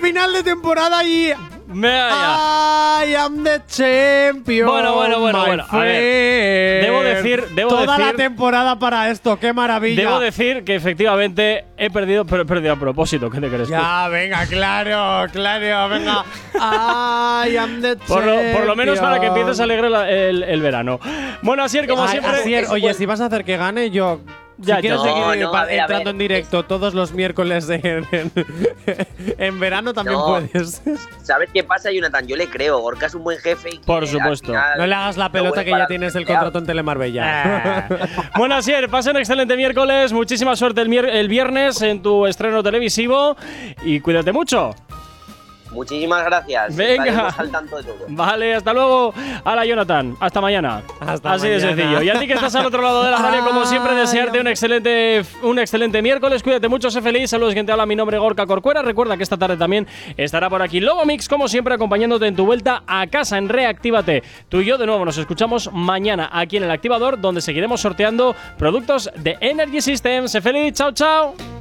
S4: Final de temporada y.
S3: Vaya.
S4: I am the champion.
S3: Bueno, bueno, bueno,
S4: my
S3: bueno. A ver,
S4: friend.
S3: debo decir- debo
S4: Toda la
S3: decir-
S4: temporada para esto, qué maravilla.
S3: Debo decir que efectivamente he perdido, pero he perdido a propósito, ¿qué te crees tú?
S4: Ya, venga, claro, claro, venga. I am the
S3: Por lo, por lo menos para que
S4: champion.
S3: empieces alegre la- el, el verano. Bueno, Asier, como
S4: Ay,
S3: siempre.
S4: Asier,
S7: es
S4: oye,
S7: buen-
S4: si vas a hacer que gane, yo.
S3: Ya,
S4: si quieres
S3: ya.
S4: seguir
S7: No, no,
S4: pa-
S7: a ver, a
S4: entrando
S7: ver,
S4: en directo todos los miércoles en, en- en verano también
S7: No.
S4: puedes.
S7: ¿Sabes qué pasa, Jonathan? Yo le creo. Gorka es un buen jefe. Y que
S3: Por
S7: al
S3: supuesto.
S7: final
S4: No le hagas la
S7: lo
S4: pelota
S7: bueno
S4: que
S7: para
S4: ya
S7: el
S4: tienes el
S7: empleado.
S4: contrato en
S3: Ah.
S4: Telemarbella.
S3: Bueno, Asier, pasa un excelente miércoles. Muchísima suerte el, mier- el viernes en tu estreno televisivo y cuídate mucho.
S7: Muchísimas gracias.
S3: Venga.
S7: Estaremos al tanto de todo.
S3: Vale, hasta luego. Hala, Jonathan. Hasta mañana.
S4: Hasta
S3: Así de
S4: mañana.
S3: sencillo. Y a ti que estás al otro lado de la radio, como siempre,
S4: Ay,
S3: desearte un
S4: hombre.
S3: excelente, un excelente miércoles. Cuídate mucho, sé feliz. Saludos, quien te habla. Mi nombre es Gorka Corcuera. Recuerda que esta tarde también estará por aquí Lobo Mix, como siempre, acompañándote en tu vuelta a casa en Reactívate. Tú y yo, de nuevo, nos escuchamos mañana aquí en El Activador, donde seguiremos sorteando productos de Energy Systems. Sé feliz. Chao, chao.